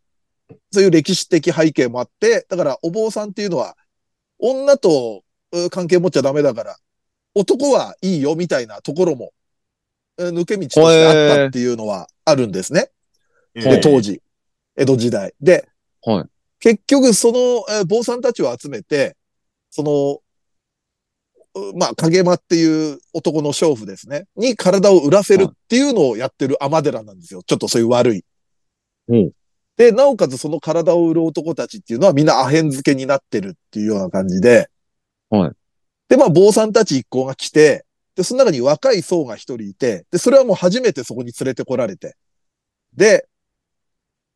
Speaker 2: そういう歴史的背景もあって、だからお坊さんっていうのは、女とう関係持っちゃダメだから、男はいいよみたいなところも、う抜け道としてあったっていうのはあるんですね。
Speaker 4: え
Speaker 3: へ
Speaker 2: で
Speaker 3: ー
Speaker 2: 当時、江戸時代。で、
Speaker 3: はい
Speaker 2: 結局その、えー坊さんたちを集めて、その、うまあ、影間っていう男の娼婦ですね。に体を売らせるっていうのをやってる天寺なんですよ。ちょっとそういう悪い。
Speaker 3: うん
Speaker 2: で、なおかつその体を売る男たちっていうのはみんなアヘン漬けになってるっていうような感じで。
Speaker 3: はい
Speaker 2: で、まあ、坊さんたち一行が来て、で、その中に若い僧が一人いて、で、それはもう初めてそこに連れてこられて。で、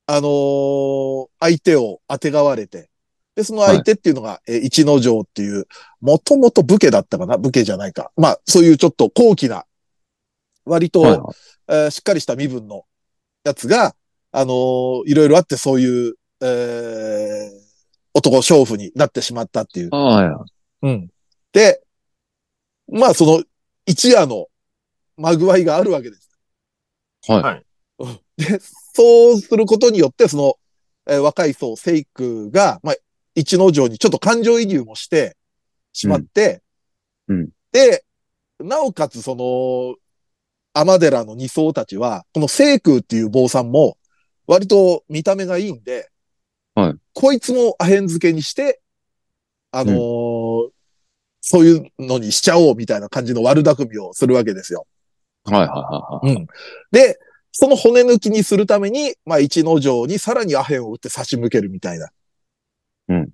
Speaker 2: あのー相手を当てがわれて、で、その相手っていうのが、えー一之丞っていう、もともと武家だったかな武家じゃないか。まあ、そういうちょっと高貴な、割と、
Speaker 3: はいはい
Speaker 2: えーしっかりした身分のやつが、あのーいろいろあってそういう、えー男娼婦になってしまったっていう。
Speaker 3: はいはい。
Speaker 2: で、まあその一夜のまぐわいがあるわけです。
Speaker 3: はい
Speaker 4: はい
Speaker 2: うん。で、そうすることによって、その、えー若い層、セイクが、まあ、一之丞にちょっと感情移入もしてしまって、
Speaker 3: うんうん
Speaker 2: で、なおかつその、天寺の二層たちは、この聖空っていう坊さんも、割と見た目がいいんで、
Speaker 3: はい
Speaker 2: こいつもアヘン漬けにして、あのーそういうのにしちゃおうみたいな感じの悪巧みをするわけですよ。
Speaker 3: はいはいはいはい。
Speaker 2: で、その骨抜きにするために、まあ、一之丞にさらにアヘンを打って差し向けるみたいな。
Speaker 3: うん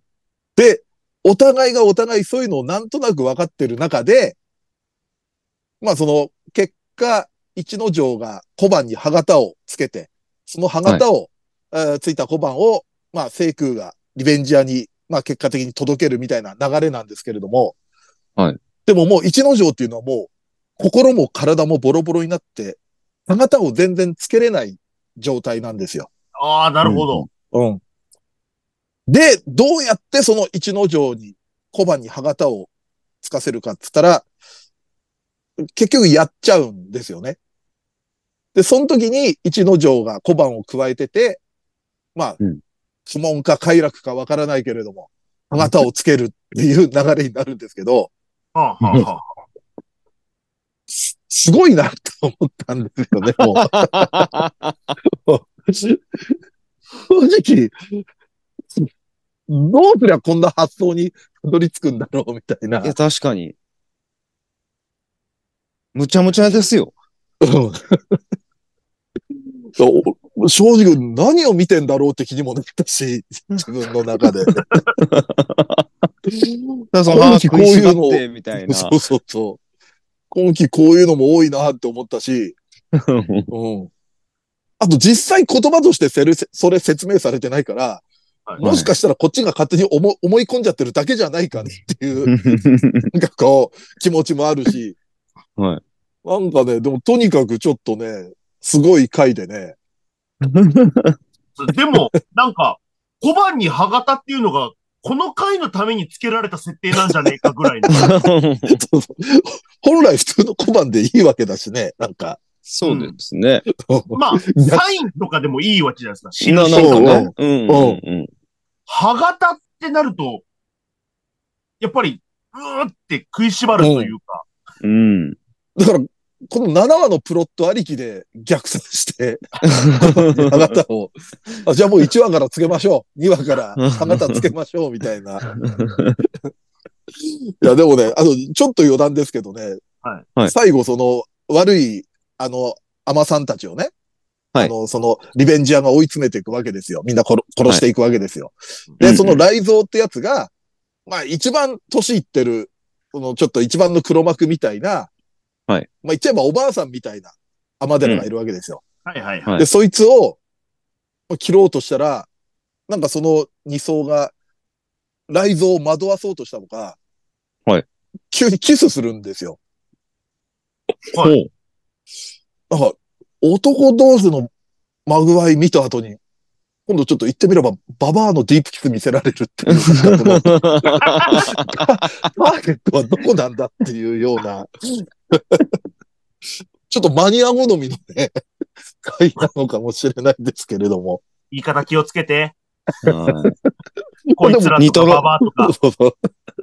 Speaker 2: で、お互いがお互いそういうのをなんとなく分かってる中で、まあ、その、結果、一之丞が小判に歯型をつけて、その歯型を、えーついた小判を、まあ、聖空がリベンジャーに、まあ、結果的に届けるみたいな流れなんですけれども、
Speaker 3: はい。
Speaker 2: でももう一之丞っていうのはもう、心も体もボロボロになって、歯型を全然つけれない状態なんですよ。
Speaker 4: ああ、なるほど。
Speaker 2: うん。で、どうやってその一之丞に小判に歯型をつかせるかって言ったら、結局やっちゃうんですよね。で、その時に一之丞が小判を加えてて、まあ、
Speaker 3: うん
Speaker 2: 苦悶か快楽かわからないけれども、歯型をつけるっていう流れになるんですけど、
Speaker 4: はあ、はあ、は
Speaker 2: すごいなと思ったんですよね、もう。正直、どうすりゃこんな発想にたどり着くんだろうみたいな。
Speaker 3: いや、確かに。むちゃむちゃですよ。
Speaker 2: うんそう正直何を見てんだろうって気にもなったし、自分の中 で。
Speaker 3: だからその、
Speaker 2: 今
Speaker 3: あー
Speaker 2: 期
Speaker 3: 食いしば
Speaker 2: こ
Speaker 3: っ
Speaker 2: うい
Speaker 3: て、みたいな。
Speaker 2: そうそうそう。今期こういうのも多いなって思ったし、うん。あと実際言葉としてせるそれ説明されてないから、
Speaker 4: はい
Speaker 2: もしかしたらこっちが勝手に思思い込んじゃってるだけじゃないかねっていう。なんかこう、気持ちもあるし。
Speaker 3: はい。
Speaker 2: なんかね、でもとにかくちょっとね、すごい回でね、
Speaker 4: でも、なんか、小判に歯型っていうのが、この回のために付けられた設定なんじゃねえかぐらいの。
Speaker 2: そうそう本来普通の小判でいいわけだしね、なんか。
Speaker 3: そうですね。
Speaker 4: まあ、サインとかでもいいわけじゃないですか。死ぬ
Speaker 3: ななんかね。うん。
Speaker 2: うん
Speaker 3: うん
Speaker 4: 歯型ってなると、やっぱり、うーって食いしばるというか、
Speaker 3: うん。
Speaker 2: だから、この7話のプロットありきで逆算して、あなたを、あじゃあもう1話からつけましょう。2話 からあなたつけましょう、みた いな。いや、でもね、あの、ちょっと余談ですけどね、
Speaker 4: はい
Speaker 3: はい
Speaker 2: 最後、その、悪い、あの、アマさんたちをね、
Speaker 3: はい
Speaker 2: あの、その、リベンジャーが追い詰めていくわけですよ。みんな殺殺していくわけですよ。
Speaker 3: うんう
Speaker 2: で、
Speaker 3: ん
Speaker 2: その雷蔵ってやつが、まあ、一番年いってる、この、ちょっと一番の黒幕みたいな、
Speaker 3: はい。
Speaker 2: まあ、言っちゃえばおばあさんみたいな、アマデラがいるわけですよ。
Speaker 4: はいはいは
Speaker 3: は
Speaker 4: いい。
Speaker 2: で、そいつをまあ切ろうとしたら、なんかその二層が、雷蔵を惑わそうとしたのか、
Speaker 3: はい。
Speaker 2: 急にキスするんですよ。
Speaker 4: は
Speaker 2: なんか、男同士のまぐわい見た後に、今度ちょっと言ってみれば、ババアのディープキス見せられるっていうなんかこの、ターゲットはどこなんだっていうような、ちょっとマニア好みのね、回なのかもしれないですけれども。
Speaker 4: 言い方気をつけて、
Speaker 3: はい
Speaker 4: こいつら
Speaker 3: ニ
Speaker 4: と
Speaker 3: ト
Speaker 4: か
Speaker 3: ロ
Speaker 4: ババアとか、
Speaker 2: そうそう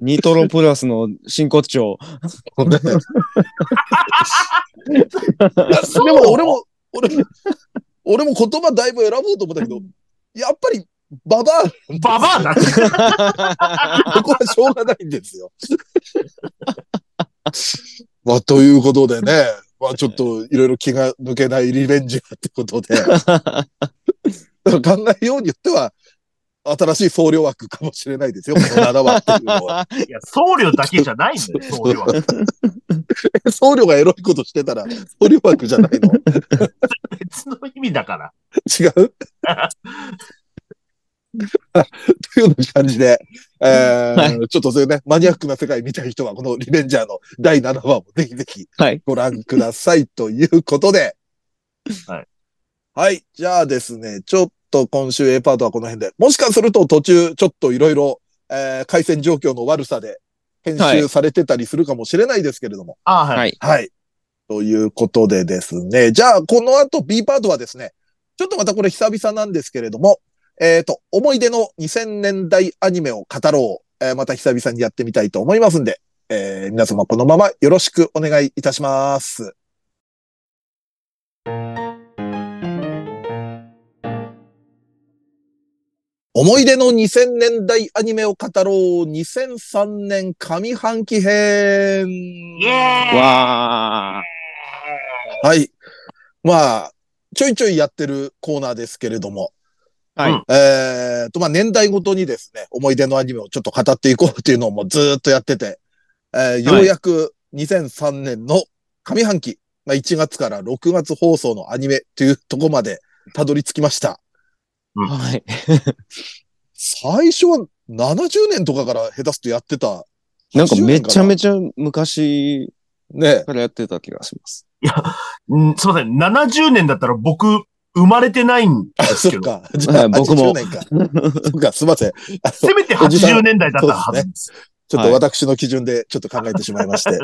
Speaker 3: ニトロプラスの真骨頂。
Speaker 2: ね。で
Speaker 4: そう
Speaker 2: も俺も、俺も、俺も言葉だいぶ選ぼうと思ったけど、やっぱり、バ バ
Speaker 4: ババアだって。
Speaker 2: ア、ここはしょうがないんですよ。 まあ、ということでね、まあ、ちょっといろいろ気が抜けないリベンジだってことで、だから考えようによっては、新しい総量枠かもしれないですよ、この7話っていうの は。
Speaker 4: いや、僧侶だけじゃないんだよ、僧侶は。
Speaker 2: 僧侶がエロいことしてたら、総量枠じゃないの
Speaker 4: 別の意味だから。
Speaker 2: 違うというような感じで、えー
Speaker 3: は
Speaker 2: ちょっとそういうね、マニアックな世界見たい人は、このリベンジャーの第7話をぜひぜひ
Speaker 3: はい
Speaker 2: ご覧くださいということで。
Speaker 4: はい。
Speaker 2: はい。じゃあですね、ちょっと今週 A パートはこの辺で、もしかすると途中ちょっといろいろ、えー回線状況の悪さで編集されてたりするかもしれないですけれども、
Speaker 4: ああ、はい。
Speaker 3: はい。
Speaker 2: はい。ということでですね。じゃあ、この後 B パートはですね、ちょっとまたこれ久々なんですけれども、えっ、と、思い出の2000年代アニメを語ろう。えーまた久々にやってみたいと思いますんで、えー皆様このままよろしくお願いいたします。思い出の2000年代アニメを語ろう2003年上半期
Speaker 4: イ
Speaker 2: 編。
Speaker 4: エーイ
Speaker 3: わ
Speaker 2: はい。まあ、ちょいちょいやってるコーナーですけれども、
Speaker 3: ー。は
Speaker 4: う
Speaker 3: い
Speaker 4: ん。
Speaker 2: えーと、まあ年代ごとにですね、思い出のアニメをちょっと語っていこうっていうのをもうずーっとやってて、えーようやく2003年の上半期、まあ1月から6月放送のアニメというとこまでたどり着きました。
Speaker 3: はい。
Speaker 2: 最初は70年とかから下手すとやってた。
Speaker 3: なんかめちゃめ
Speaker 2: ち
Speaker 3: ちゃ昔
Speaker 2: ゃ。ね
Speaker 3: からやってた気がします。
Speaker 4: うんすいません、70年だったら僕、生まれてないん
Speaker 2: あ、
Speaker 4: です
Speaker 2: そ
Speaker 4: け
Speaker 2: っ
Speaker 4: ど、
Speaker 2: か。じゃ
Speaker 3: は
Speaker 2: あ、
Speaker 3: い僕
Speaker 2: 80
Speaker 3: も
Speaker 2: 年か。そっか、すいません。あの
Speaker 4: せめて80年代だったはずです。
Speaker 2: ちょっ
Speaker 3: は
Speaker 2: と
Speaker 3: い
Speaker 2: 私の基準でちょっと考えてしまいまして。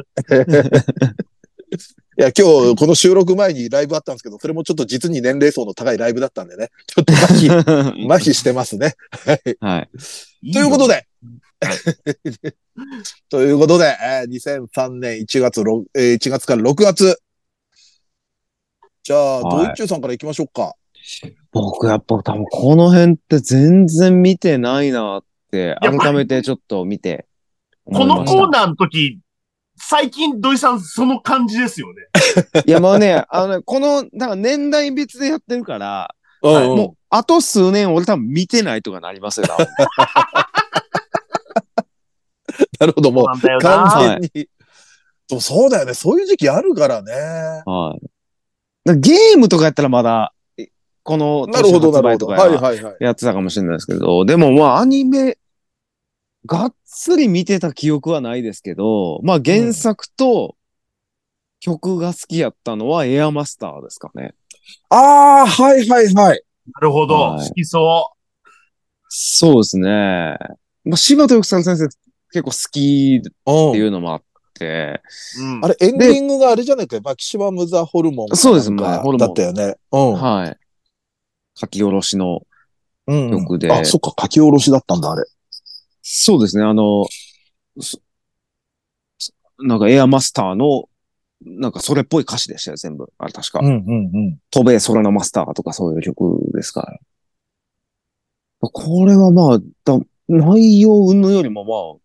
Speaker 2: いや、今日この収録前にライブあったんですけど、それもちょっと実に年齢層の高いライブだったんでね、ちょっと麻痺、麻痺してますね。
Speaker 3: はい。
Speaker 2: ということ
Speaker 4: で。
Speaker 2: で。 ということで、えー2003年1月6、えー1月から6月。じゃあ、
Speaker 3: はい
Speaker 2: ドイッチューさんから行きましょうか。
Speaker 3: 僕やっぱ多分この辺って全然見てないなって、
Speaker 4: やっぱ
Speaker 3: 改めてちょっと見て思
Speaker 4: こ
Speaker 3: い
Speaker 4: の
Speaker 3: ました。
Speaker 4: コーナーの時、最近土井さんその感じですよね。
Speaker 3: いやまあね、 あのね、この、なんか年代別でやってるから、
Speaker 2: うんうん
Speaker 3: もうあと数年俺多分見てないとかなりますよ、 多分
Speaker 2: なるほど、も
Speaker 4: なんだよ
Speaker 2: う
Speaker 4: な。
Speaker 2: 完全に。そうそうだよね。そういう時期あるからね。
Speaker 3: はい。だからゲームとかやったらまだ、えこの
Speaker 2: なるほど、
Speaker 3: 年
Speaker 2: なるほ
Speaker 3: 発売
Speaker 2: ど。
Speaker 3: と
Speaker 2: はい
Speaker 3: か
Speaker 2: はいはい。
Speaker 3: やってたかもしれないですけど、でもまあアニメ、がっつり見てた記憶はないですけど、まあ原作と、曲が好きやったのはエアマスターですかね。
Speaker 2: ああ、はいはいはい。
Speaker 4: なるほど。
Speaker 3: はい
Speaker 4: 好きそ
Speaker 3: そうですね。まあ、柴田よくさん先生結構好きっていうのもあって、
Speaker 4: う。うん。
Speaker 2: あれ、エンディングがあれじゃないかよ。マキシマムザホルモンかなんか
Speaker 3: そうですまあホルモ
Speaker 2: だ
Speaker 3: ン
Speaker 2: ったよね。うん。
Speaker 3: はい。書き下ろしの
Speaker 2: うんうん
Speaker 3: 曲で
Speaker 2: あ、そっか、書き下ろしだったんだ、あれ。
Speaker 3: そうですね、あの、そそなんかエアマスターの、なんかそれっぽい歌詞でしたよ、全部。あれ確か。
Speaker 2: うんうんうん。
Speaker 3: 飛べ空のマスターとかそういう曲ですから。これはまあ、だ内容云々よりも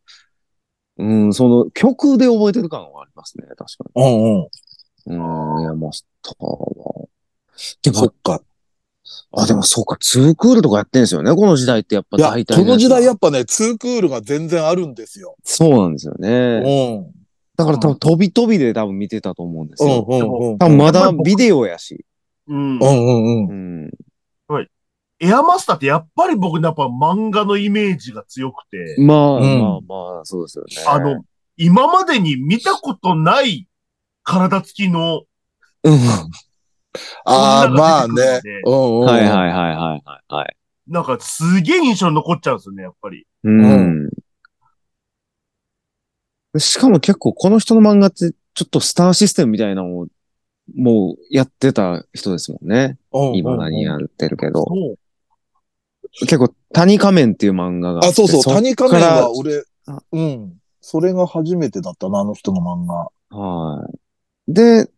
Speaker 3: まあ、うん、その曲で覚えてる感はありますね、確かに。
Speaker 2: うんうん。
Speaker 3: うん、エアマスターは。で
Speaker 2: そ
Speaker 3: も
Speaker 2: っ、か。
Speaker 3: あ、でもそうか、ツークールとかやってんですよね、この時代ってやっぱ
Speaker 2: いや、
Speaker 3: 大体
Speaker 2: こ
Speaker 3: ね。
Speaker 2: の時代やっぱね、ツークールが全然あるんですよ。
Speaker 3: そうなんですよ
Speaker 2: う
Speaker 3: ね
Speaker 2: ん。。うん
Speaker 3: だから多分飛び飛びで多分見てたと思うんです
Speaker 2: うん
Speaker 3: よ。
Speaker 2: うん。
Speaker 3: 多分まだビデオやし。
Speaker 4: うん
Speaker 2: う。んうんう。
Speaker 3: うんん。
Speaker 4: エアマスターってやっぱり僕やっぱ漫画のイメージが強くて、
Speaker 3: まあ、
Speaker 2: うん
Speaker 3: まあまあ、そうですよね。
Speaker 4: あの、今までに見たことない体つきの、
Speaker 3: うん、
Speaker 2: ああ、まあ
Speaker 4: こんなの
Speaker 2: ね
Speaker 4: 出てくるんで。
Speaker 2: うんうんうん。
Speaker 3: はいはいはいはいはいはい。
Speaker 4: なんかすげえ印象に残っちゃうんですよね、やっぱり。
Speaker 3: うん。しかも結構この人の漫画ってちょっとスターシステムみたいなのをもうやってた人ですもんね。
Speaker 2: うんうんうん。
Speaker 3: 今何やってるけど。
Speaker 4: そう。
Speaker 3: 結構谷仮面っていう漫画があ
Speaker 2: あ、
Speaker 3: って。
Speaker 2: そうそう、谷
Speaker 3: っ
Speaker 2: 仮
Speaker 3: か
Speaker 2: 面
Speaker 3: ら
Speaker 2: は俺
Speaker 3: あ、
Speaker 2: うん。それが初めてだったな、あの人の漫画。
Speaker 3: はい。で、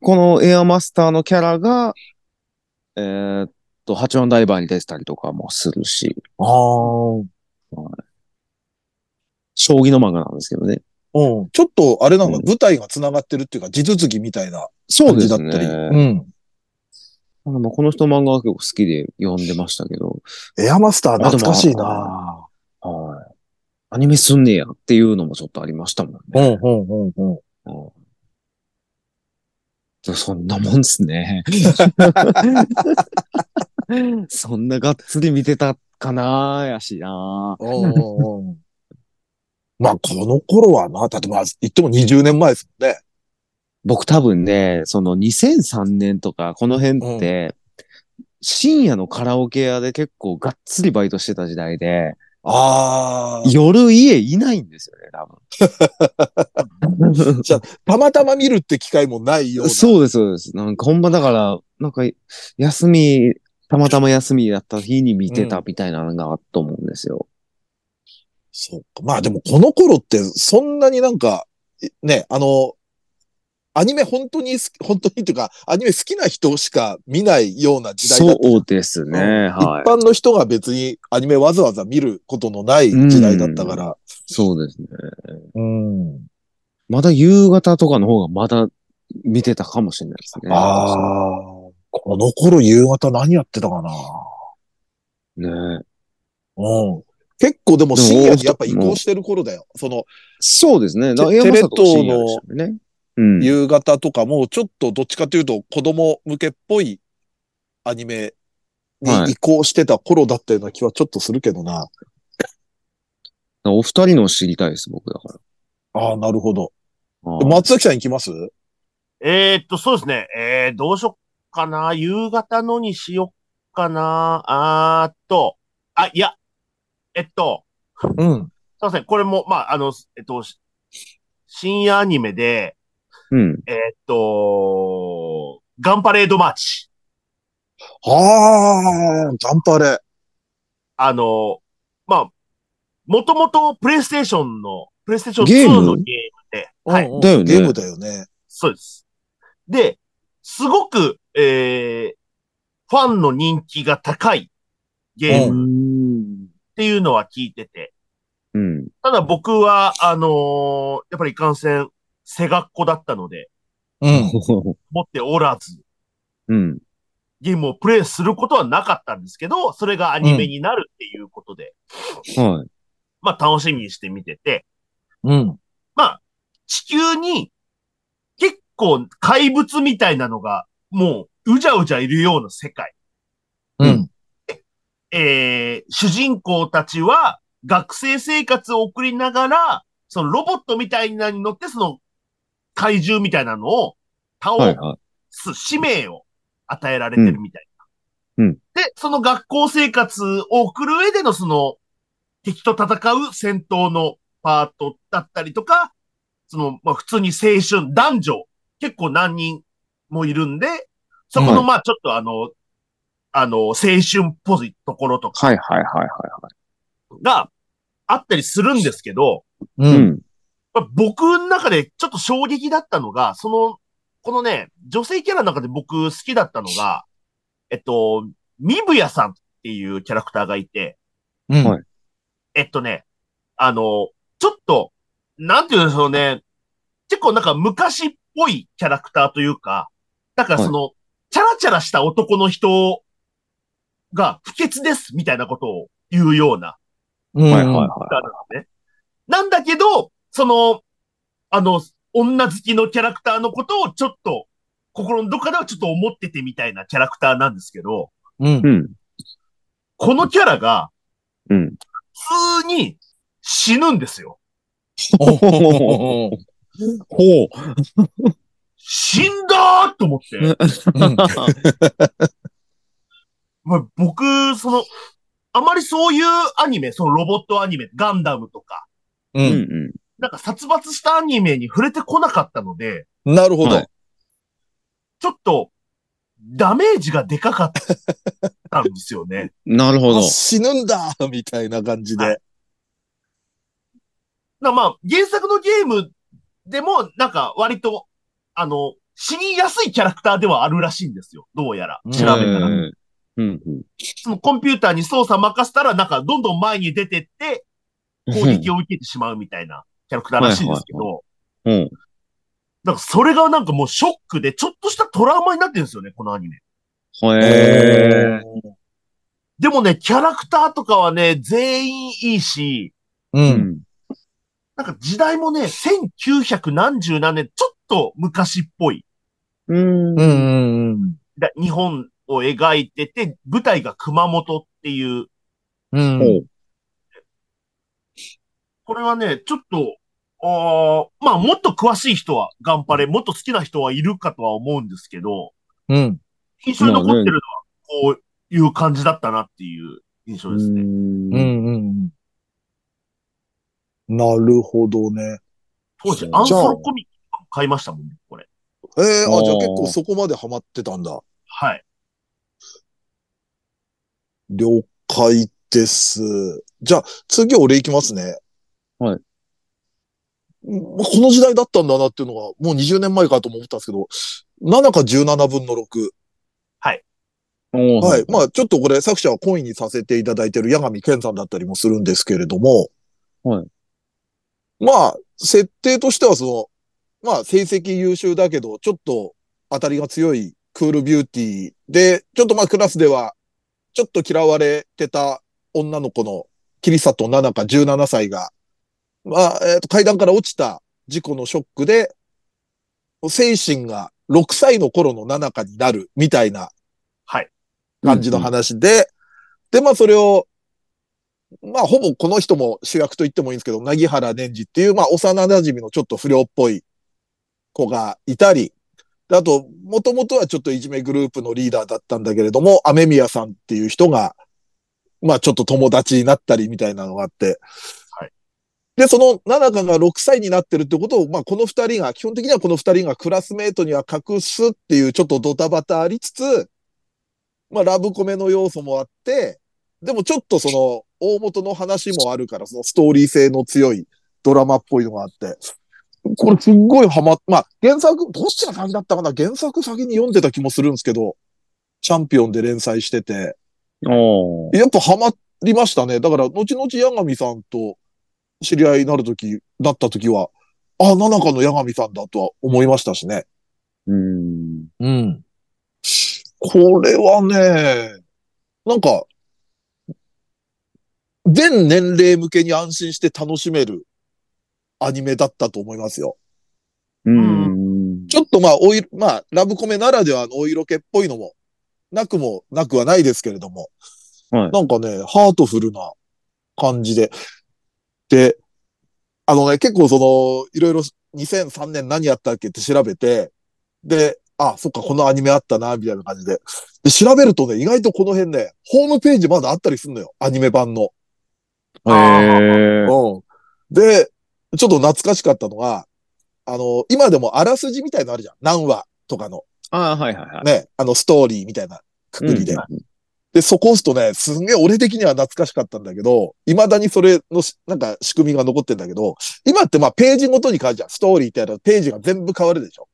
Speaker 3: このエアマスターのキャラが、えーっと、八番ダイバーに出てたりとかもするし、
Speaker 2: ああ。
Speaker 3: 将棋の漫画なんですけどね。
Speaker 2: うん。ちょっと、あれなんだ、
Speaker 3: うん
Speaker 2: 舞台が繋がってるっていうか、地続きみたいな
Speaker 3: そ
Speaker 2: 感じだったり。うん。
Speaker 3: あのまあこの人の漫画は結構好きで読んでましたけど。
Speaker 2: エアマスター
Speaker 3: あでも
Speaker 2: 懐かしいな。
Speaker 3: はい。アニメすんねやっていうのもちょっとありましたも
Speaker 2: う
Speaker 3: ん
Speaker 2: ん、う
Speaker 3: ね。
Speaker 2: ん、うん、うん。
Speaker 3: うんそんなもんです ね。そんながっつり見てたかなやしな
Speaker 2: うんうんうん まあ、この頃はな、だってまあ、言っても20年前ですもんね。
Speaker 3: 僕多分ね、その2003年とかこの辺って、深夜のカラオケ屋で結構がっつりバイトしてた時代で、
Speaker 2: ああ。
Speaker 3: 夜家いないんですよね、多 分。
Speaker 2: たまたま見るって機会もないような。
Speaker 3: そうです、そうです。なんかほんまだから、なんか休み、たまたま休みだった日に見てたみたいなのがあったと思うんですよ。
Speaker 2: そうか。まあ、でもこの頃って、そんなになんか、いね、あの、アニメ本当に好き、本当にっていうか、アニメ好きな人しか見ないような時代だったじゃん
Speaker 3: そうですね、はい
Speaker 2: 一。般の人が別にアニメわざわざ見ることのない時代だったから。
Speaker 3: そうですね。
Speaker 2: うん。
Speaker 3: まだ夕方とかの方がまだ見てたかもしれないですね。
Speaker 2: ああ。この頃夕方何やってたかな。
Speaker 3: ね
Speaker 2: うん。結構でも深夜にやっぱ移行してる頃だよ。その
Speaker 3: そうですね。だから
Speaker 2: テ
Speaker 3: エアマサとか
Speaker 2: テレ東の
Speaker 3: 深夜でしたよね。うん。
Speaker 2: 夕方とかもちょっとどっちかというと子供向けっぽいアニメに移行してた頃だったような気はちょっとするけどな。
Speaker 3: お二人のを知りたいです、僕だから。
Speaker 2: ああ、なるほど。
Speaker 3: はい
Speaker 2: 松崎さん行きます
Speaker 4: えーっと、そうですね。えー、どうしよっかな。夕方のにしよっかな。あーっと、あ、いや、えっと、
Speaker 2: うん。
Speaker 4: すいません。これも、まあ、あの、えっと、し深夜アニメで、
Speaker 3: うん。
Speaker 4: えーっと、ガンパレードマーチ。
Speaker 2: ああ、ガンパレ。
Speaker 4: あの、まあ、もともとプレイステーションの、プレイステーション
Speaker 3: ゲーム
Speaker 4: 2のゲームで、はい、
Speaker 2: うんうん
Speaker 3: だよね
Speaker 2: ゲームだよね。
Speaker 4: そうです。で、すごく、えー、ファンの人気が高いゲームっていうのは聞いてて、
Speaker 3: うん。
Speaker 4: ただ僕は、あのーやっぱりいかんせん、背学校だったので、
Speaker 2: うん。
Speaker 4: 持っておらず、
Speaker 3: うん。
Speaker 4: ゲームをプレイすることはなかったんですけど、それがアニメになるっていうことで、
Speaker 3: はい。
Speaker 4: まあ楽しみにして見てて、
Speaker 2: うん。
Speaker 4: まあ、地球に結構怪物みたいなのが、もう、うじゃうじゃいるような世界。
Speaker 2: うん。
Speaker 4: えー主人公たちは学生生活を送りながら、そのロボットみたいなのに乗って、その怪獣みたいなのを倒
Speaker 3: はいはい。
Speaker 4: す使命を与えられてるみたいな。
Speaker 3: うんうん
Speaker 4: で、その学校生活を送る上でのその敵と戦う戦闘のパートだったりとか、その、まあ普通に青春、男女、結構何人もいるんで、そこ
Speaker 3: は
Speaker 4: のまあちょっとあの、あの、青春っぽいところとか
Speaker 3: はいはいはいはいは
Speaker 4: があったりするんですけど、
Speaker 2: う。
Speaker 3: い。うんん。
Speaker 4: まあ僕の中でちょっと衝撃だったのが、その、このね、女性キャラの中で僕好きだったのが、えっと、ミブヤさんっていうキャラクターがいて、
Speaker 2: うん。
Speaker 3: はい
Speaker 4: えっとね、あの、ちょっと、なんていうんでしょうね、結構なんか昔っぽいキャラクターというか、だからその、チャラチャラした男の人が不潔ですみたいなことを言うような、
Speaker 2: うん
Speaker 3: はいはいは
Speaker 4: なんですね。なんだけど、その、あの、女好きのキャラクターのことをちょっと、心のどこかではちょっと思っててみたいなキャラクターなんですけど、
Speaker 2: うん
Speaker 3: い。うん。
Speaker 4: このキャラが
Speaker 3: うん。
Speaker 4: 普通に死ぬんですよ。
Speaker 2: おー
Speaker 3: ほう。
Speaker 4: 死んだーと思って。
Speaker 2: うん
Speaker 4: まあ僕、その、あまりそういうアニメ、そのロボットアニメ、ガンダムとか、
Speaker 2: う
Speaker 3: うん
Speaker 2: ん
Speaker 3: う
Speaker 4: なんか殺伐したアニメに触れてこなかったので、
Speaker 2: なるほど
Speaker 3: は。い
Speaker 4: ちょっと、ダメージがでかかったんですよね。
Speaker 3: ん。なるほど
Speaker 2: あ。死ぬんだ みたいな感じ
Speaker 4: は
Speaker 2: で。
Speaker 4: なまあ、原作のゲームでも、なんか割と、あの、死にやすいキャラクターではあるらしいんですよ。どうやら。
Speaker 2: うん
Speaker 4: 調べたら。
Speaker 3: うんうん。
Speaker 4: そのコンピューターに操作任せたら、なんかどんどん前に出てって、攻撃を受けてしまうみたいなキャラクターらしいんですけ
Speaker 3: はい
Speaker 4: ど、
Speaker 3: うん。
Speaker 4: なんかそれがなんかもうショックで、ちょっとしたトラウマになってるんですよね、このアニメ。
Speaker 3: へえ。
Speaker 4: でもね、キャラクターとかはね、全員いいし、
Speaker 2: う。
Speaker 3: うんん。
Speaker 4: なんか時代もね、1900何十何年、ちょっと昔っぽい。
Speaker 3: うん
Speaker 2: うん。うん。
Speaker 4: だ日本を描いてて、舞台が熊本っていう、
Speaker 2: うん。
Speaker 3: ほう。
Speaker 4: これはね、ちょっと、あーまあ、もっと詳しい人は、ガンパレ、もっと好きな人はいるかとは思うんですけど、
Speaker 2: うん。
Speaker 4: 印象に残ってるのは、こういう感じだったなっていう印象ですね。
Speaker 2: うん。うん。なるほどね。
Speaker 4: 当時、アンソロコミックとかも買いましたもんね、これ。
Speaker 2: ええ、あ、じゃあ
Speaker 3: おー
Speaker 2: 結構そこまでハマってたんだ。
Speaker 4: はい。
Speaker 2: 了解です。じゃあ、次俺行きますね。
Speaker 3: はい
Speaker 2: うん。この時代だったんだなっていうのが、もう20年前かとも思ったんですけど、7か17分の6。
Speaker 3: おー
Speaker 2: はい。まあ、ちょっとこれ、作者は懇意にさせていただいてる八神健さんだったりもするんですけれども。。
Speaker 3: はい
Speaker 2: まあ、設定としては、その、まあ、成績優秀だけど、ちょっと当たりが強いクールビューティーで、ちょっとまあ、クラスでは、ちょっと嫌われてた女の子の、キリサトナナか17歳が、まあ、えっ、と、階段から落ちた事故のショックで、精神が6歳の頃のナナカになるみたいな感じの話で、で、まあそれを、まあほぼこの人も主役と言ってもいいんですけど、なぎはらねんじっていう、まあ幼馴染のちょっと不良っぽい子がいたり、であと、もともとはちょっといじめグループのリーダーだったんだけれども、雨宮さんっていう人が、まあちょっと友達になったりみたいなのがあって、
Speaker 4: はい
Speaker 2: で、その、ななかが6歳になってるってことを、まあ、この二人が、基本的にはこの二人がクラスメートには隠すっていう、ちょっとドタバタありつつ、まあ、ラブコメの要素もあって、でもちょっとその、大元の話もあるから、そのストーリー性の強いドラマっぽいのがあって、これすっごいハマっ、まあ、原作、どっちが先だったかな原作先に読んでた気もするんですけど、チャンピオンで連載してて、
Speaker 3: うん。おー
Speaker 2: やっぱハマりましたね。だから、後々八神さんと知り合いになるとき、なったときは、あ、七かの八神さんだとは思いましたしね。
Speaker 3: うん。
Speaker 2: うん。これはね、なんか、全年齢向けに安心して楽しめるアニメだったと思いますよ。
Speaker 3: うん。
Speaker 2: ちょっとまあ、おい、まあ、ラブコメならではのお色気っぽいのも、なくもなくはないですけれども、
Speaker 3: はい
Speaker 2: なんかね、ハートフルな感じで。で、あのね、結構その、いろいろ2003年何やったっけって調べて、で、あ、そっか、このアニメあったな、みたいな感じで。で、調べるとね、意外とこの辺ね、ホームページまだあったりするのよ。アニメ版の。
Speaker 3: へえ。
Speaker 2: うん。で、ちょっと懐かしかったのが、あの、今でもあらすじみたいのあるじゃん。何話とかの。
Speaker 3: ああ、はいはいはい。
Speaker 2: ね、あの、ストーリーみたいなくくりで。
Speaker 3: うん
Speaker 2: で、そこ押すとね、すんげえ俺的には懐かしかったんだけど、未だにそれのし、なんか仕組みが残ってんだけど、今ってまあページごとに変わるじゃん。ストーリーってやるとページが全部変わるでしょ。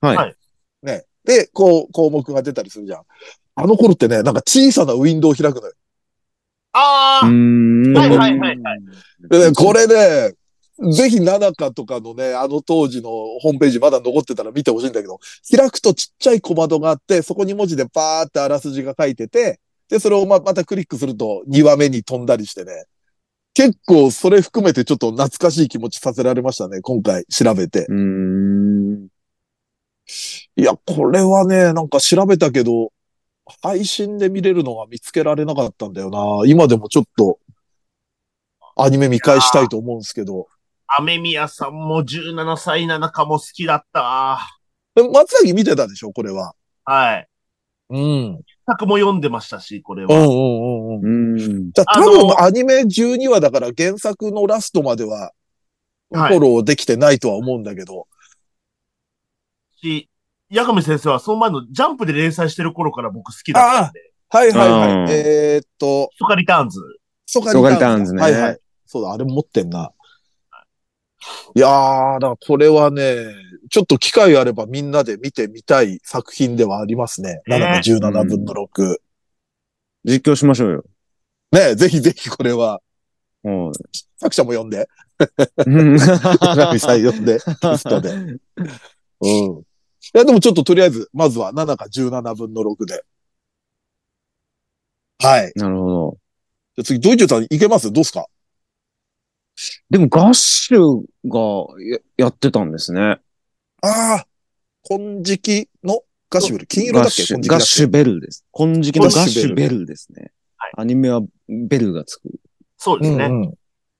Speaker 3: はい
Speaker 4: はい
Speaker 2: ね。で、こう、項目が出たりするじゃん。あの頃ってね、なんか小さなウィンドウを開くのよ。
Speaker 4: あ
Speaker 3: う
Speaker 4: あ、
Speaker 3: ーん。
Speaker 4: はいはいはいはい。
Speaker 2: でね、これね、ぜひ、ナナカとかのね、あの当時のホームページまだ残ってたら見てほしいんだけど、開くとちっちゃい小窓があって、そこに文字でバーってあらすじが書いてて、で、それをま、またクリックすると2話目に飛んだりしてね。結構それ含めてちょっと懐かしい気持ちさせられましたね、今回調べて。
Speaker 3: うーん。
Speaker 2: いや、これはね、なんか調べたけど、配信で見れるのが見つけられなかったんだよな。今でもちょっと、アニメ見返したいと思うんですけど。
Speaker 4: アメミヤさんも17歳な中も好きだった。
Speaker 2: でも松崎見てたでしょ、これは。
Speaker 4: はい。
Speaker 2: うん。
Speaker 4: 作も読んでましたし、これ
Speaker 2: うんう
Speaker 4: は。
Speaker 2: んうんうん。
Speaker 3: うーん。
Speaker 2: じゃあ
Speaker 4: あの
Speaker 2: 多分アニメ12話だから原作のラストまではフ
Speaker 4: はい
Speaker 2: ォローできてないとは思うんだけど。
Speaker 4: し、ヤガミ先生はその前のジャンプで連載してる頃から僕好きだったんで。
Speaker 2: はいはいはい。
Speaker 3: うん
Speaker 2: えーっと、
Speaker 4: ソカリターンズ。
Speaker 2: ソカ
Speaker 3: ソカリターンズ
Speaker 2: ズ
Speaker 3: ね
Speaker 2: はいはい。そうだ、あれ持ってんな。いやー、だからこれはね、ちょっと機会あればみんなで見てみたい作品ではありますね。
Speaker 4: ね
Speaker 2: 7の17分の6。
Speaker 3: 実況しましょうよ。
Speaker 2: ねぜひぜひこれは、
Speaker 3: はい
Speaker 2: 作者も読ん で、
Speaker 3: う
Speaker 2: ナ
Speaker 3: ん。
Speaker 2: ミさん読んで、ゲストで。うん。いや、でもちょっととりあえず、まずは7か17分の6で。はい。
Speaker 3: なるほど。
Speaker 2: じゃあ次、ドイツさんいけますどうっすか
Speaker 3: でも、ガッシュがややってたんですね。
Speaker 2: ああ、金色のガシュベル。金色だ
Speaker 3: ガッ
Speaker 2: っけ
Speaker 3: シ
Speaker 2: 金
Speaker 3: ュ、
Speaker 2: 色だ
Speaker 3: ガ
Speaker 2: っ
Speaker 3: ッ
Speaker 2: け
Speaker 3: シュベルです。金色のガッシュベルですね
Speaker 4: はい。
Speaker 3: アニメはベルがつく。
Speaker 4: そうですね。
Speaker 2: うん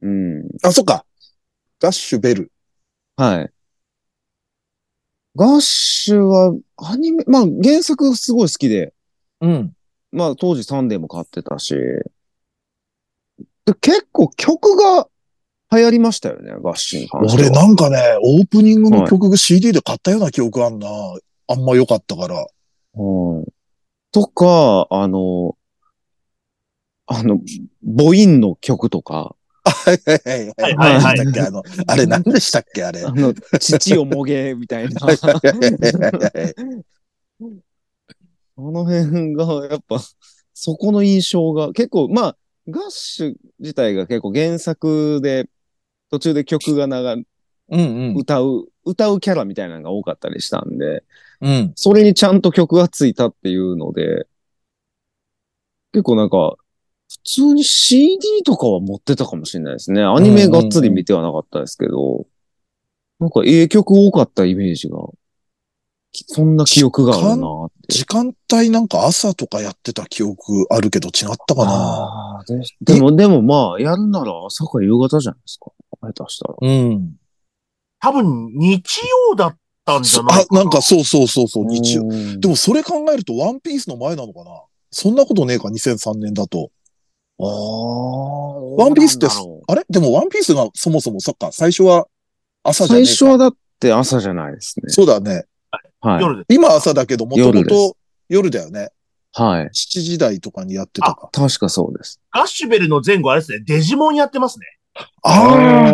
Speaker 2: うん。
Speaker 3: うん。
Speaker 2: あ、そっか。ガッシュベル。
Speaker 3: はい。ガッシュは、アニメ、まあ原作すごい好きで、
Speaker 2: うん。
Speaker 3: まあ当時サンデーも買ってたし、で結構曲が流行りましたよね、ガッシュに関しては。
Speaker 2: 俺なんかね、オープニングの曲が CD で買ったような記憶あんな。あんま良かったから。
Speaker 3: はい。とか、あの、あの、母音の曲とか、
Speaker 2: はいはいは
Speaker 4: はい
Speaker 2: い。
Speaker 4: はいは
Speaker 2: 何
Speaker 4: い。
Speaker 2: でしたっけあの、あれ何でしたっけあれ。
Speaker 3: あの、父をもげみたいな。あの辺が、やっぱ、そこの印象が、結構、まあ、ガッシュ自体が結構原作で、途中で曲が流れ、
Speaker 2: うんうん。
Speaker 3: 歌う、歌うキャラみたいなのが多かったりしたんで、
Speaker 2: うん。
Speaker 3: それにちゃんと曲がついたっていうので、結構なんか、普通に CD とかは持ってたかもしれないですね。アニメがっつり見てはなかったですけど、なんか、ええ曲多かったイメージが、きそんな記憶があるなーって。
Speaker 2: 時間帯なんか朝とかやってた記憶あるけど違ったかな
Speaker 3: あーででも、でもまあ、やるなら朝か夕方じゃないですか。下手したら。
Speaker 2: うん。
Speaker 4: 多分日曜だったんじゃな
Speaker 2: あ
Speaker 4: い、かな。
Speaker 2: なんかそうそうそうそう、日曜。
Speaker 3: 曜
Speaker 2: でもそれ考えるとワンピースの前なのかなそんなことねえか、2003年だと。
Speaker 3: ああ。
Speaker 2: ワンピースって
Speaker 3: どうなんだろう
Speaker 2: あれでもワンピースがそもそもサッカー、最初は朝じゃねえ
Speaker 3: 最
Speaker 2: か
Speaker 3: 初はだって朝じゃないですね。
Speaker 2: そうだね。
Speaker 3: はい。
Speaker 4: 夜で
Speaker 2: 今朝だけど、もとも
Speaker 3: 夜です
Speaker 2: と夜だよね。
Speaker 3: はい。
Speaker 2: 7時台とかにやってたか。
Speaker 3: 確かそうです。
Speaker 4: ガッシュベルの前後あれですね、デジモンやってますね。
Speaker 2: ああ
Speaker 3: あ。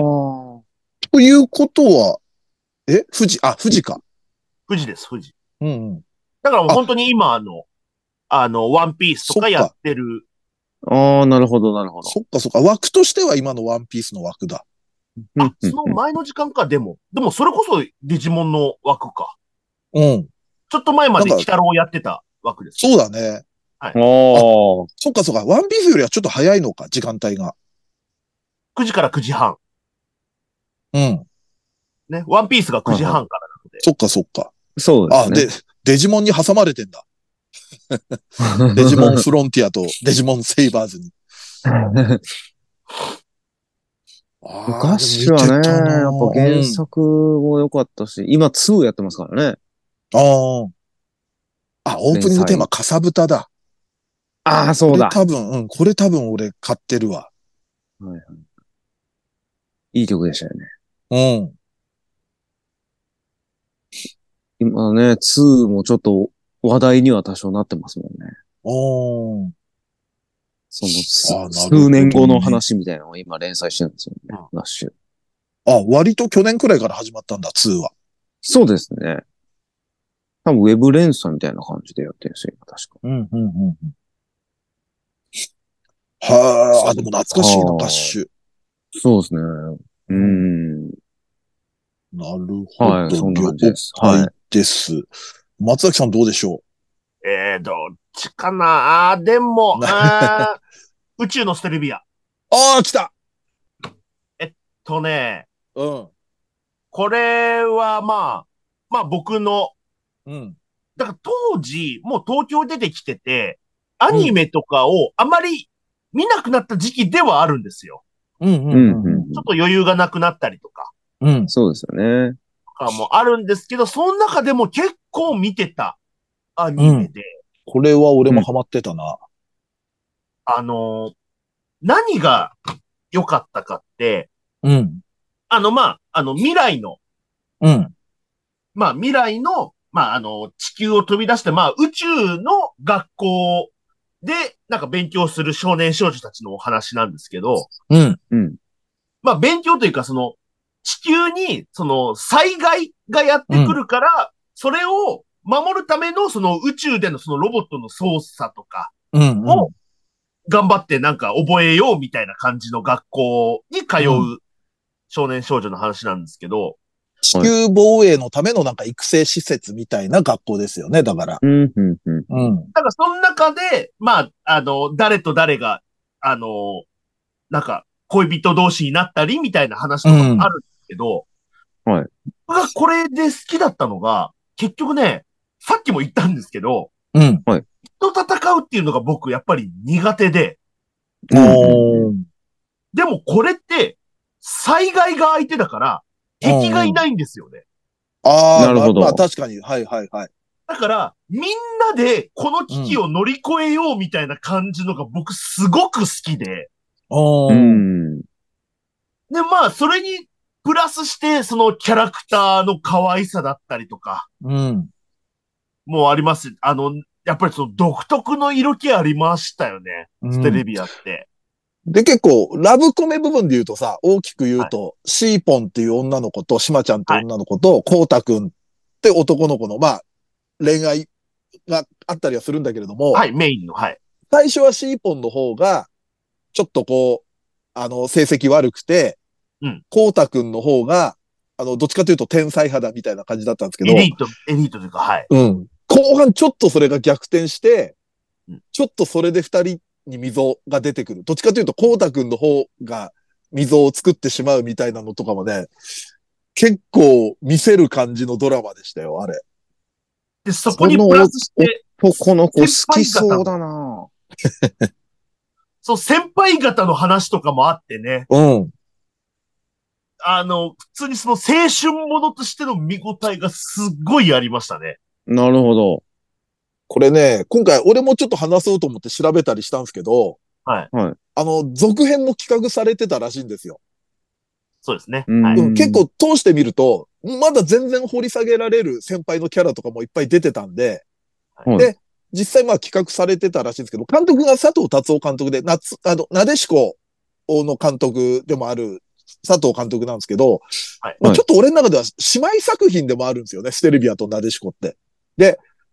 Speaker 2: ということは、え富士、あ、富士か。
Speaker 4: 富士です、富士。
Speaker 2: うんうん。
Speaker 4: だからもう
Speaker 2: あ
Speaker 4: 本当に今あの、あの、ワンピースとかやってる。
Speaker 3: ああ、なるほど、なるほど。
Speaker 2: そっかそっか。枠としては今のワンピースの枠だ。
Speaker 3: うん
Speaker 4: あ、
Speaker 3: うん
Speaker 4: その前の時間か、でも。でもそれこそデジモンの枠か。
Speaker 2: うん。
Speaker 4: ちょっと前まで
Speaker 2: なんか
Speaker 4: 鬼太郎やってた枠です。
Speaker 2: そうだね。
Speaker 3: ああ。
Speaker 2: そっかそっか。ワンピースよりはちょっと早いのか、時間帯が。
Speaker 4: 9時から9時半。
Speaker 2: うん。
Speaker 4: ね。ワンピースが9時半からなので。
Speaker 2: そっかそっか。
Speaker 3: そうです
Speaker 2: あ、
Speaker 3: ね。
Speaker 2: で、デジモンに挟まれてんだ。デジ モンフロンティアとデジモンセイバーズに。あー
Speaker 3: ガッシュはね、やっぱ原。
Speaker 2: でも見てたな
Speaker 3: 作も良かったし、今2やってますからね。
Speaker 2: ああーあ、オープニングテーマ、かさぶただ。
Speaker 3: ああ、そうだ
Speaker 2: こ。れ多分、うん、これ多分俺買ってるわ。
Speaker 3: いい曲でしたよね。
Speaker 2: うん。
Speaker 3: 今ね、2もちょっと話題には多少なってますもんね。
Speaker 2: おー
Speaker 3: その
Speaker 2: あーなる
Speaker 3: 数
Speaker 2: ほどね
Speaker 3: 数年後の話みたいなのを今連載してるんですよね。ラッシュ。
Speaker 2: あ、割と去年くらいから始まったんだ、2は。
Speaker 3: そうですね。多分ウェブ連載みたいな感じでやってるんですよ、今確か。
Speaker 2: うん、うん、うん。はあ、あ、でも懐かしいな、
Speaker 3: あー
Speaker 2: パッシュ。
Speaker 3: そうですね。うん。
Speaker 2: なるほど。
Speaker 3: はい、そんな感じです。
Speaker 2: 了
Speaker 3: はい
Speaker 2: 解。です。松崎さんどうでしょ
Speaker 4: えー、どっちかなあーでも、あー宇宙のステルビア
Speaker 2: うああ、来た
Speaker 4: とね、
Speaker 2: うん。
Speaker 4: これはまあ、まあ僕の、
Speaker 2: うん。
Speaker 4: だから当時、もう東京出てきてて、アニメとかをあまり見なくなった時期ではあるんですよ。
Speaker 2: うん、
Speaker 3: うん、うんうん。
Speaker 4: ちょっと余裕がなくなったりとか、
Speaker 2: うん。
Speaker 3: そうですよね。
Speaker 4: とかもあるんですけど、その中でも結構見てたアニメで、
Speaker 2: これは俺もハマってたな。
Speaker 4: あのー何が良かったかって、
Speaker 2: うん。
Speaker 4: あの、まあ、あの、未来の、
Speaker 2: うん。
Speaker 4: まあ、未来の、まあ、あの、地球を飛び出して、まあ、宇宙の学校で、なんか勉強する少年少女たちのお話なんですけど、
Speaker 2: うん。
Speaker 3: うん。
Speaker 4: まあ、勉強というか、その、地球に、その、災害がやってくるから、それを守るための、その、宇宙でのそのロボットの操作とか、
Speaker 2: うん。
Speaker 4: を頑張ってなんか覚えようみたいな感じの学校に通う少年少女の話なんですけど、
Speaker 2: 地球防衛のためのなんか育成施設みたいな学校ですよね、だから。
Speaker 3: うん、うん、うん。
Speaker 2: うん。
Speaker 4: なんかその中で、まあ、あの、誰と誰が、あの、なんか恋人同士になったりみたいな話とかもあるんですけど、
Speaker 3: うんはい
Speaker 4: 僕がこれで好きだったのが、結局ね、さっきも言ったんですけど、
Speaker 2: うん。
Speaker 4: 人と戦うっていうのが僕やっぱり苦手で、
Speaker 2: おー
Speaker 4: でもこれって、災害が相手だから、敵がいないんですよね。
Speaker 2: ああ、
Speaker 3: なるほど
Speaker 2: まあまあ確かに。はいはいはい。
Speaker 4: だから、みんなでこの危機を乗り越えようみたいな感じのが僕すごく好きで。
Speaker 2: お
Speaker 3: う
Speaker 2: ー
Speaker 3: ん。
Speaker 4: で、まあ、それに、プラスして、そのキャラクターの可愛さだったりとか、
Speaker 2: うん。
Speaker 4: もうあります。あの、やっぱりその独特の色気ありましたよね。
Speaker 2: うん
Speaker 4: テレビアって。
Speaker 2: で、結構、ラブコメ部分で言うとさ、大きく言うと、シーポンっていう女の子と、シマちゃんっていう女の子と、コウタくんって男の子の、まあ、恋愛があったりはするんだけれども、
Speaker 4: はい、メインの、はい。
Speaker 2: 最初はシーポンの方が、ちょっとこう、あの、成績悪くて、
Speaker 4: うん
Speaker 2: コウタくんの方が、あの、どっちかというと天才派だみたいな感じだったんですけど
Speaker 4: エ、リート、エリートというか、はい。
Speaker 2: うん。後半ちょっとそれが逆転して
Speaker 4: うん、
Speaker 2: ちょっとそれで二人に溝が出てくる。どっちかというと、コウタくんの方が溝を作ってしまうみたいなのとかもね、結構見せる感じのドラマでしたよ、あれ。
Speaker 4: で、そこにプラスして、
Speaker 3: と、この子好きそうだな
Speaker 4: そう、先輩方の話とかもあってね、
Speaker 2: うん。
Speaker 4: あの、普通にその青春ものとしての見応えがすっごいありましたね。
Speaker 3: なるほど。
Speaker 2: これね、今回俺もちょっと話そうと思って調べたりしたんですけど、
Speaker 4: はい
Speaker 3: はい
Speaker 2: あの、続編も企画されてたらしいんですよ。
Speaker 4: そうですね。
Speaker 3: うん
Speaker 4: はい。
Speaker 2: うん、結構通してみると、まだ全然掘り下げられる先輩のキャラとかもいっぱい出てたんで、
Speaker 3: はい
Speaker 2: で、実際まあ企画されてたらしいんですけど、監督が佐藤達夫監督で、夏、あの、なでしこの監督でもある佐藤監督なんですけど、
Speaker 4: はい
Speaker 2: まあちょっと俺の中では姉妹作品でもあるんですよね、ステルビアとなでしこって。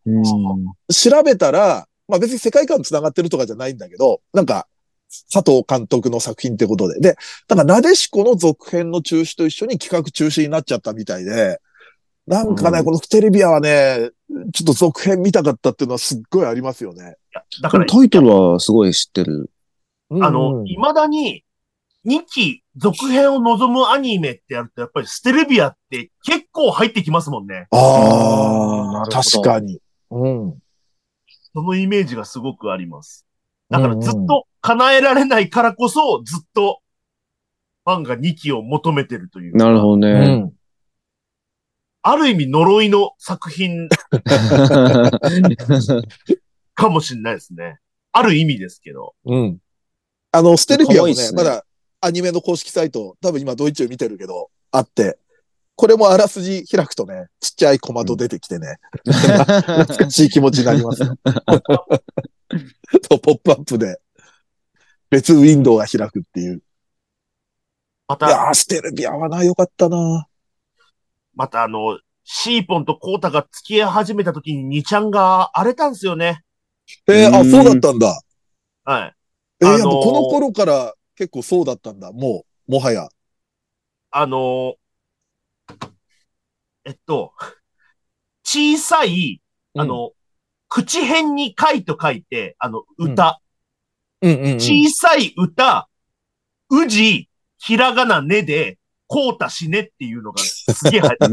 Speaker 3: うん
Speaker 2: 調べたら、まあ別に世界観繋がってるとかじゃないんだけど、なんか、佐藤監督の作品ってことで。で、だからなでしこの続編の中止と一緒に企画中止になっちゃったみたいで、なんかね、
Speaker 3: うん
Speaker 2: このテレビアはね、ちょっと続編見たかったっていうのはすっごいありますよね。
Speaker 4: だから、
Speaker 3: タイトルはすごい知ってる。
Speaker 4: あ
Speaker 2: うんう
Speaker 4: の、
Speaker 2: ん
Speaker 4: 未だに、2期続編を望むアニメってやると、やっぱりステルビアって結構入ってきますもんね。
Speaker 2: あ
Speaker 3: な
Speaker 2: あ、
Speaker 3: るほど
Speaker 2: 確かに。うん。
Speaker 4: そのイメージがすごくあります。だからずっ
Speaker 2: うんうん
Speaker 4: と叶えられないからこそ、ずっとファンが2期を求めてるという。
Speaker 3: なるほどね。
Speaker 2: うん。
Speaker 4: ある意味呪いの作品かもしれないですね。ある意味ですけど。
Speaker 3: うん。
Speaker 2: あの、ステルビアもね
Speaker 3: 可愛いっす
Speaker 2: ま
Speaker 3: ね
Speaker 2: だアニメの公式サイト、多分今ドイツ見てるけど、あって、これもあらすじ開くとね、ちっちゃい小窓出てきてね、懐かしい気持ちになりますよ。 と、ポップアップで、別ウィンドウが開くっていう。
Speaker 4: ま
Speaker 2: い
Speaker 4: た、
Speaker 2: やー、ステルビアはな、よかったな。
Speaker 4: またあの、シーポンとコータが付き合い始めた時に2ちゃんが荒れたんですよね。
Speaker 2: えーあ、
Speaker 3: うん
Speaker 2: そうだったんだ。
Speaker 4: はい。
Speaker 2: えー
Speaker 4: あのー
Speaker 2: やっぱこの頃から結構そうだったんだ。もう、もはや。
Speaker 4: あのーえっと、小さい、あの、口辺に貝と書いて、あの、歌。
Speaker 2: うん うん、うん。
Speaker 4: 小さい歌、うじ、ひらがなねで、こうたしねっていうのがすげえ入 って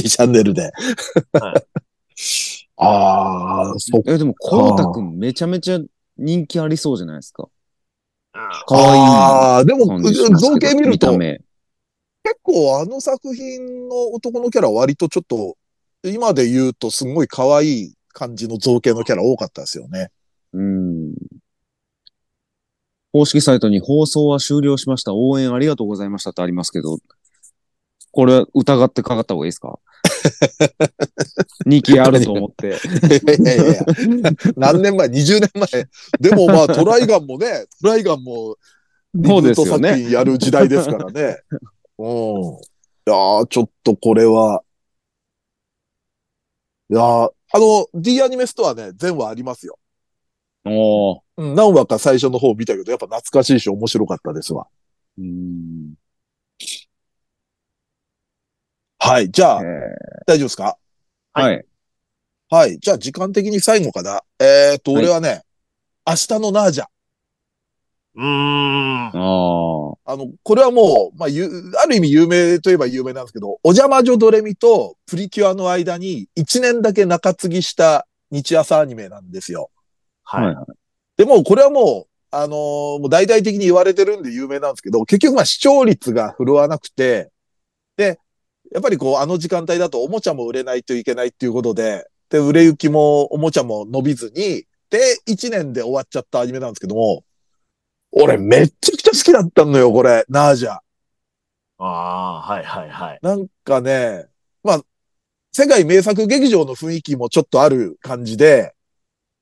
Speaker 2: いいチャンネルで。 ああ、そっ
Speaker 3: え、でも、コウタくんめちゃめちゃ人気ありそうじゃないですか。
Speaker 4: うん
Speaker 3: かわ
Speaker 2: ああ、で
Speaker 3: いい
Speaker 2: も、
Speaker 3: 感じしますけど。
Speaker 2: 造形見ると、
Speaker 3: 見た
Speaker 2: 結
Speaker 3: 目。
Speaker 2: 構あの作品の男のキャラは割とちょっと、今で言うとすごい可愛い感じの造形のキャラ多かったですよ ね。
Speaker 3: うん。公式サイトに放送は終了しました。応援ありがとうございましたってありますけど、これ疑ってかかった方がいいです か ?2 期あると思って。
Speaker 2: いやいやいや何年前 ?20 年前。でもまあトライガンもね、トライガンもリブ
Speaker 3: そうで
Speaker 2: ー
Speaker 3: す
Speaker 2: ト
Speaker 3: よ
Speaker 2: 作
Speaker 3: ね。
Speaker 2: 品やる時代ですからね。うん。いやーちょっとこれは。いやーあの、D アニメストアね、全話ありますよ。
Speaker 3: おー
Speaker 2: うん、何話か最初の方見たけど、やっぱ懐かしいし面白かったですわ。
Speaker 3: うん。
Speaker 2: はい。じゃあ
Speaker 3: え、
Speaker 2: 大丈夫ですか
Speaker 3: ーはい。
Speaker 2: はい。じゃあ、時間的に最後かな。えーっと、
Speaker 3: はい
Speaker 2: 俺はね、明日のナージャ。
Speaker 4: うーん。
Speaker 3: ああ。
Speaker 2: あの、これはもう、まあ、ゆある意味有名といえば有名なんですけど、お邪魔女ドレミとプリキュアの間に1年だけ中継ぎした日朝アニメなんですよ。
Speaker 4: はい。
Speaker 3: はい
Speaker 2: でも、これはもう、あのーもう大々的に言われてるんで有名なんですけど、結局まあ視聴率が振るわなくて、で、やっぱりこう、あの時間帯だとおもちゃも売れないといけないっていうことで、で、売れ行きもおもちゃも伸びずに、で、1年で終わっちゃったアニメなんですけども、俺めっちゃくちゃ好きだったのよ、これ、ナージャ。
Speaker 4: ああー、はいはいはい。
Speaker 2: なんかね、まあ、世界名作劇場の雰囲気もちょっとある感じで、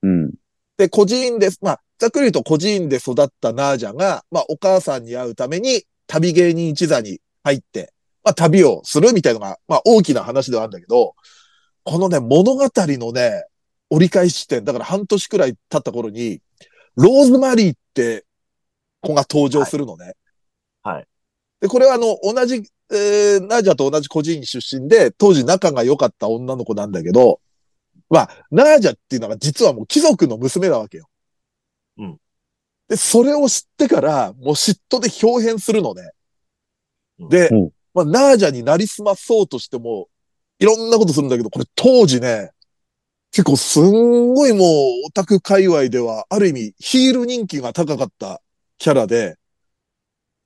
Speaker 3: うん。
Speaker 2: で、孤児院です。まあ、ざっくり言うと孤児院で育ったナージャが、まあ、お母さんに会うために旅芸人一座に入って、まあ、旅をするみたいなのが、まあ、大きな話ではあるんだけど、このね、物語のね、折り返し地点、だから半年くらい経った頃に、ローズマリーって子が登場するのね。
Speaker 4: はいはい
Speaker 2: で、これはあの、同じ、えー、ナージャと同じ孤児院出身で、当時仲が良かった女の子なんだけど、まあ、ナージャっていうのが実はもう貴族の娘なわけよ。
Speaker 4: うん。
Speaker 2: で、それを知ってから、もう嫉妬で表変するのね。
Speaker 4: うん
Speaker 2: で
Speaker 3: うん、
Speaker 2: まあ、ナージャになりすまそうとしても、いろんなことするんだけど、これ当時ね、結構すんごいもうオタク界隈では、ある意味ヒール人気が高かったキャラで、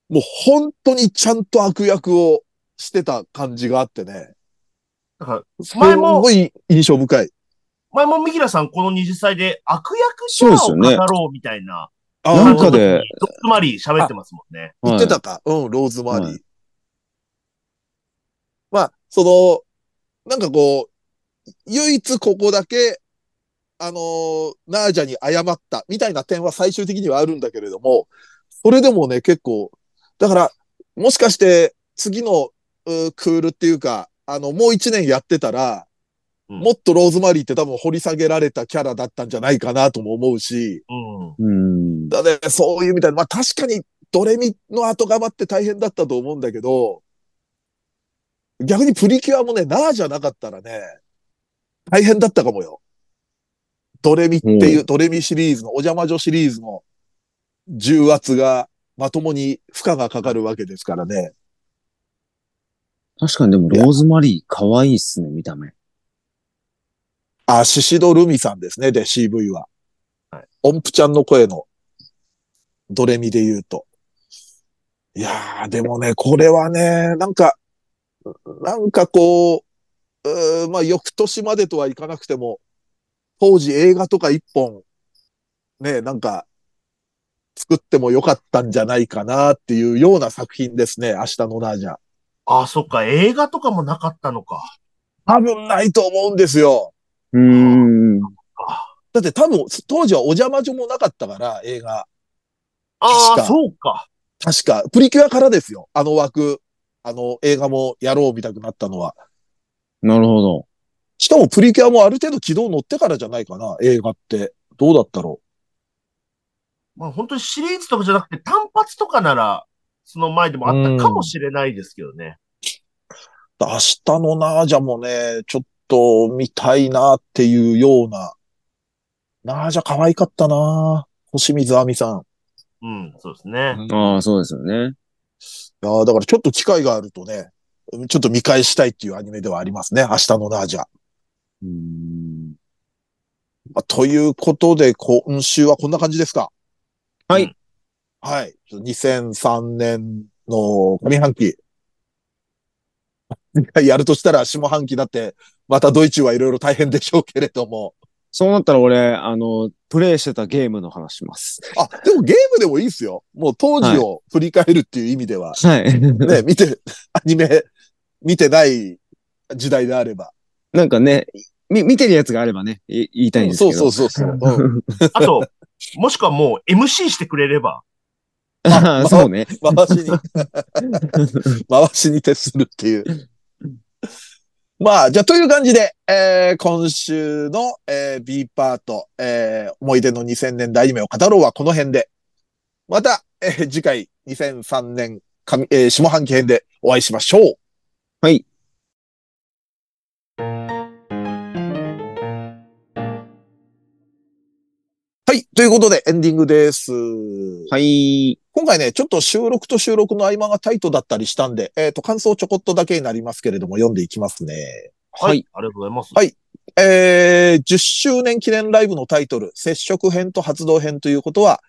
Speaker 2: もう本当にちゃんと悪役をしてた感じがあってね。
Speaker 4: だから、
Speaker 2: す
Speaker 4: 前
Speaker 2: ん
Speaker 4: も
Speaker 2: ごい印象深い。
Speaker 4: 前もみひらさんこの二次祭で悪役者を
Speaker 3: そう
Speaker 4: 語
Speaker 3: ですよね
Speaker 4: ろうみたいな。
Speaker 2: あ
Speaker 3: な
Speaker 2: ー
Speaker 3: んかで
Speaker 4: ロックマリー喋ってますもんね。
Speaker 2: 言って
Speaker 3: は
Speaker 2: たか、うん、ローズマリー。
Speaker 3: は
Speaker 2: まあ、その、なんかこう、唯一ここだけ、あのーナージャに謝ったみたいな点は最終的にはあるんだけれども、それでもね、結構、だから、もしかして次のうークールっていうか、あの、もう一年やってたら、
Speaker 4: うん
Speaker 2: もっとローズマリーって多分掘り下げられたキャラだったんじゃないかなとも思うし、
Speaker 4: うん。
Speaker 3: い。うん。
Speaker 2: だね、そういうみたいな。まあ確かにドレミの後釜って大変だったと思うんだけど、逆にプリキュアもね、ナーじゃなかったらね、大変だったかもよ。ドレミっていう、ドレミシリーズの、お邪魔女シリーズの重圧がまともに負荷がかかるわけですからね。
Speaker 3: 確かにでも、ローズマリー可愛いっすね、見た目。
Speaker 2: あ、シシドルミさんですね、で CV は。
Speaker 4: はい
Speaker 2: 音符ちゃんの声のドレミで言うと。いやー、でもね、これはね、なんか、なんかこう、うーまあ、翌年までとはいかなくても、当時映画とか一本、ね、なんか、作ってもよかったんじゃないかなっていうような作品ですね、明日のナージャ。
Speaker 4: あ、そっか、映画とかもなかったのか。
Speaker 2: 多分ないと思うんですよ。
Speaker 3: うーん。
Speaker 2: だって多分、当時はお邪魔女もなかったから、映画。
Speaker 4: あ
Speaker 2: 確
Speaker 4: あ、
Speaker 2: か
Speaker 4: そうか。
Speaker 2: 確か、プリキュアからですよ。あの枠、あの映画もやろうみたくなったのは。
Speaker 3: なるほど。
Speaker 2: しかもプリキュアもある程度軌道乗ってからじゃないかな、映画って。どうだったろ
Speaker 4: まあ本当にシリーズとかじゃなくて単発とかなら、その前でもあったかもしれないですけどね。
Speaker 2: う。明日のナージャもね、ちょっと見たいなっていうような。ナージャ可愛かったな星水亜美さん。
Speaker 4: うん、そうですね。
Speaker 3: ああ、そうですよね。
Speaker 2: いやーだからちょっと機会があるとね、ちょっと見返したいっていうアニメではありますね。明日のナージャ。
Speaker 3: うーん
Speaker 2: まあ、ということで、今週はこんな感じですか
Speaker 3: はい。
Speaker 2: はい。2003年の上半期。 やるとしたら下半期だって、またドイツはいろいろ大変でしょうけれども。
Speaker 3: そうなったら俺、あの、プレイしてたゲームの話します。
Speaker 2: あ、でもゲームでもいいですよ。もう当時を振り返るっていう意味では。
Speaker 3: はい。
Speaker 2: ね、見て、アニメ、見てない時代であれば。
Speaker 3: なんかね、み、見てるやつがあればね、い言いたいんですけ
Speaker 2: そ
Speaker 3: ど。
Speaker 2: うそうそうそう。うん
Speaker 4: あと、もしくはもう MC してくれれば、
Speaker 3: ああ、そうね。
Speaker 2: 回しに、回しに徹するっていう。まあ、じゃあ、という感じで、えー今週の、えー B パート、えー思い出の2000年代アニメを語ろうはこの辺で、また、えー次回2003年上、えー下半期編でお会いしましょう。
Speaker 3: はい。
Speaker 2: はい。ということで、エンディングです。
Speaker 3: はい。
Speaker 2: 今回ね、ちょっと収録と収録の合間がタイトだったりしたんで、えっ、と、感想ちょこっとだけになりますけれども、読んでいきますね。
Speaker 4: はい。
Speaker 3: はい
Speaker 4: ありがとうございます。
Speaker 2: はいえー、10周年記念ライブのタイトル、接触編と発動編ということは、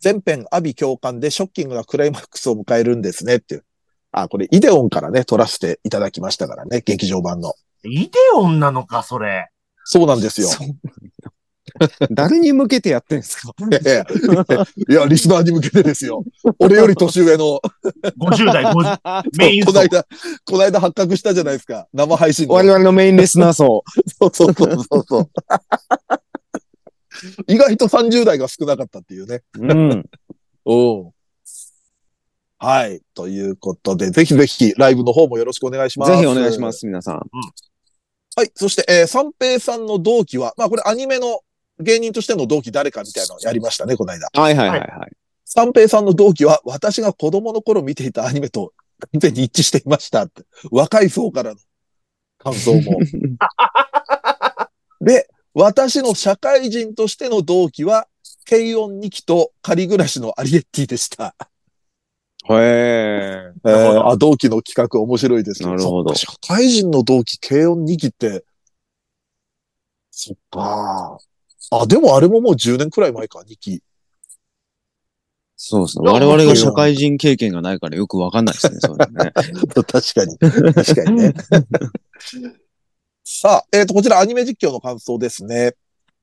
Speaker 2: 全編アビ共感でショッキングなクライマックスを迎えるんですねっていう。あ、これイデオンからね、撮らせていただきましたからね、劇場版の。
Speaker 4: イデオンなのか、それ。
Speaker 2: そうなんですよ。
Speaker 3: そうなんだ 誰に向けてやってん す
Speaker 2: い
Speaker 3: か
Speaker 2: やいやいや、リスナーに向けてですよ。俺より年上の、
Speaker 4: 50代、50、メイン
Speaker 2: こ
Speaker 4: 層
Speaker 2: の間、この間発覚したじゃないですか。生配信で。
Speaker 3: 我々のメインレスナー層。
Speaker 2: そうそうそうそう そう。意外と30代が少なかったっていうね。
Speaker 3: うん。
Speaker 2: おはい。ということで、ぜひぜひ、ライブの方もよろしくお願いします。
Speaker 3: ぜひお願いしま。す、皆さん。
Speaker 2: はい。そして、えー、三平さんの同期は、まあこれアニメの芸人としての同期誰かみたいなのやりましたね、この間。
Speaker 3: はいはいはいはい。
Speaker 2: 三平さんの同期は、私が子供の頃見ていたアニメと完全に一致していましたって。若い層からの感想も。 で、私の社会人としての同期は、軽音2期と仮暮らしのアリエッティでした。
Speaker 3: へえ。
Speaker 2: えー、あ、同期の企画面白いですね
Speaker 3: なるほど
Speaker 2: そっか社会人の同期、軽音2期って、そっか。あ、でもあれももう10年くらい前か、2期。
Speaker 3: そうですね。我々が社会人経験がないからよくわかんないですね、それ ね。
Speaker 2: 確かに。確かに ね。さあ、えっ、と、こちらアニメ実況の感想ですね。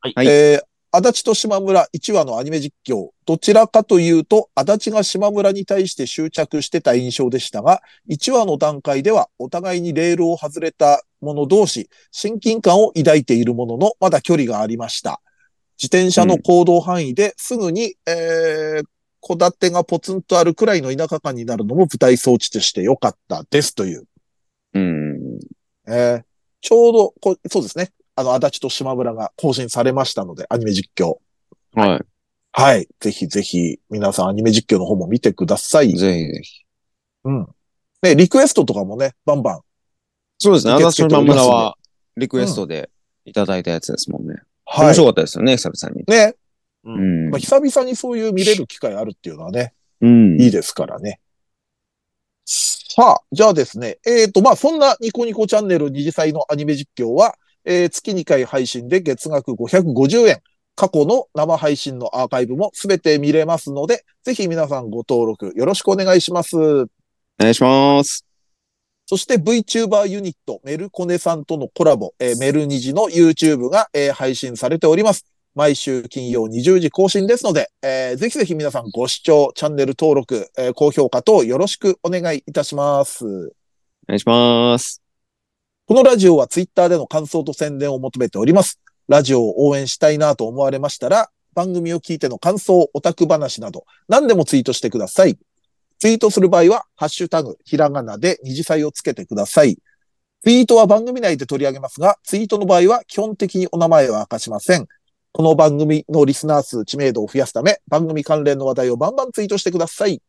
Speaker 4: はい
Speaker 3: はい
Speaker 2: えー、足立と島村1話のアニメ実況。どちらかというと、足立が島村に対して執着してた印象でしたが、1話の段階ではお互いにレールを外れた者同士、親近感を抱いているものの、まだ距離がありました。自転車の行動範囲ですぐに、えー、戸建てがポツンとあるくらいの田舎感になるのも舞台装置として良かったですという。
Speaker 3: うん。
Speaker 2: えーちょうどこ、そうですね。あの、足立と島村が更新されましたので、アニメ実況。
Speaker 3: は
Speaker 2: はい。ぜひぜひ、皆さんアニメ実況の方も見てください
Speaker 3: い。。ぜひぜひ。
Speaker 2: うん。ね、リクエストとかもね、バンバン。
Speaker 3: そうですね。
Speaker 2: 受け
Speaker 3: 足立
Speaker 2: 付けてお
Speaker 3: の島
Speaker 2: ります
Speaker 3: 村
Speaker 2: んで
Speaker 3: はリクエストでいただいたやつですもんね。
Speaker 2: は
Speaker 3: 面
Speaker 2: い。
Speaker 3: 白かったですよね、久々に。
Speaker 2: ね、
Speaker 3: うん
Speaker 2: まあ、。久々にそういう見れる機会あるっていうのはね、
Speaker 3: うん。
Speaker 2: いいですからね。さあ、じゃあですね、えっ、と、まあ、そんなニコニコチャンネル二次祭のアニメ実況は、えー月2回配信で月額550円。過去の生配信のアーカイブもすべて見れますので、ぜひ皆さんご登録よろしくお願いします。
Speaker 3: お願いします。
Speaker 2: そして VTuber ユニット、メルコネさんとのコラボ、えーメルニジの YouTube が、えー配信されております。毎週金曜20時更新ですので、えーぜひぜひ皆さんご視聴、チャンネル登録、えー高評価等よろしくお願いいたします。
Speaker 3: お願いします。
Speaker 2: このラジオはツイッターでの感想と宣伝を求めております。ラジオを応援したいなと思われましたら、番組を聞いての感想、オタク話など、何でもツイートしてください。ツイートする場合は、ハッシュタグ、ひらがなで二次祭をつけてください。ツイートは番組内で取り上げますが、ツイートの場合は基本的にお名前は明かしません。この番組のリスナー数、知名度を増やすため、番組関連の話題をバンバンツイートしてください。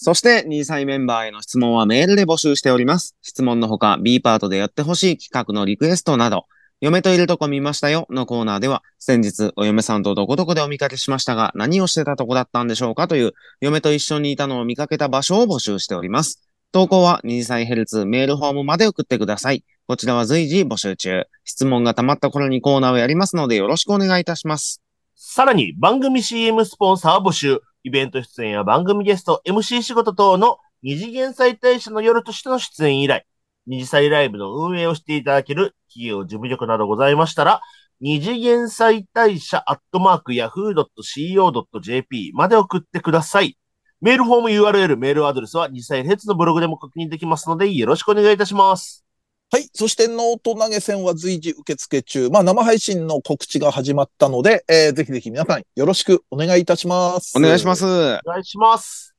Speaker 3: そして、2歳メンバーへの質問はメールで募集しております。質問のほか、B パートでやってほしい企画のリクエストなど、嫁といるとこ見ましたよのコーナーでは、先日、お嫁さんとどこどこでお見かけしましたが、何をしてたとこだったんでしょうかという、嫁と一緒にいたのを見かけた場所を募集しております。投稿は2歳ヘルツメールフォームまで送ってください。こちらは随時募集中。質問が溜まった頃にコーナーをやりますので、よろしくお願いいたします。
Speaker 4: さらに番組 CM スポンサー募集、イベント出演や番組ゲスト、MC 仕事等の二次元再大社の夜としての出演以来、二次祭ライブの運営をしていただける企業事務局などございましたら、二次元再大社アットマーク yahoo.co.jp まで送ってください。メールフォーム URL、メールアドレスは二次祭ヘッツのブログでも確認できますので、よろしくお願いいたします。
Speaker 2: はい。そして、ノート投げ銭は随時受付中。まあ、生配信の告知が始まったので、えーぜひぜひ皆さんよろしくお願いいたします。
Speaker 3: お願いしま。す。
Speaker 4: お願いします。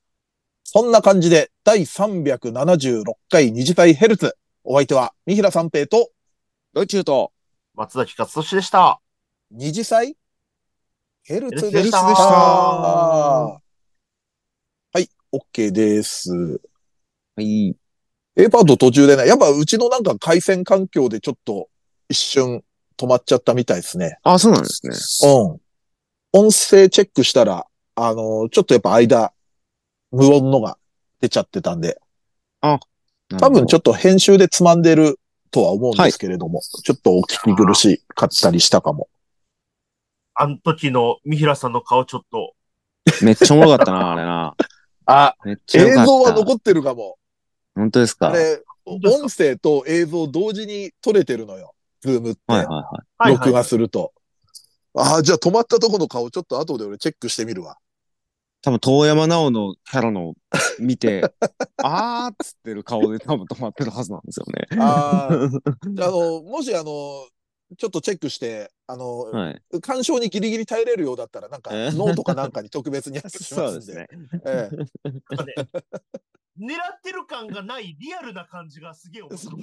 Speaker 2: そんな感じで、第376回二次体ヘルツ。お相手は、三平三平と
Speaker 3: ドイチューと、
Speaker 4: 松崎勝利でした。
Speaker 2: 二次祭ヘルツ
Speaker 4: ヘ
Speaker 2: で
Speaker 4: ルツ
Speaker 2: し。
Speaker 4: でしたた
Speaker 2: はい。OK です。
Speaker 3: はい。
Speaker 2: A パート途中でね、やっぱうちのなんか回線環境でちょっと一瞬止まっちゃったみたいですね。
Speaker 3: あ、そうなんですね。
Speaker 2: うん。音声チェックしたら、あのーちょっとやっぱ間、無音のが出ちゃってたんで、多分ちょ
Speaker 3: ょっ
Speaker 2: っと編集でつまんでるとは思うんですけれども、ちょっとお聞き苦しかったりしたかも。
Speaker 4: あの時の三平さんの顔ちょっと、
Speaker 3: と。めっちゃおもろかったな、あれな。
Speaker 2: あ、
Speaker 3: めっちゃ
Speaker 2: 映
Speaker 3: よかった。
Speaker 2: 像は残ってるかも。
Speaker 3: 本当ですか
Speaker 2: あ
Speaker 3: はい
Speaker 2: れ、音声と映像同時に撮れてるのよ。ズームって。
Speaker 3: はいは
Speaker 4: はいはい
Speaker 2: 録画すると。ああ、じゃあ止まったとこの顔ちょっと後で俺チェックしてみるわ。
Speaker 3: い。多分、遠山直のキャラの見て、 あーっつってる顔で多分止まってるはずなんですよね。
Speaker 2: あー じゃあ、あの、もしあの、ちょっとチェックして、あの、
Speaker 3: はい。
Speaker 2: 干渉にギリギリ耐えれるようだったら、なんか、
Speaker 3: えー
Speaker 2: ノートかなんかに特別にやってしますんで。。ええ
Speaker 4: なんかね、狙ってる感がないリアルな感じがすげえ面白い。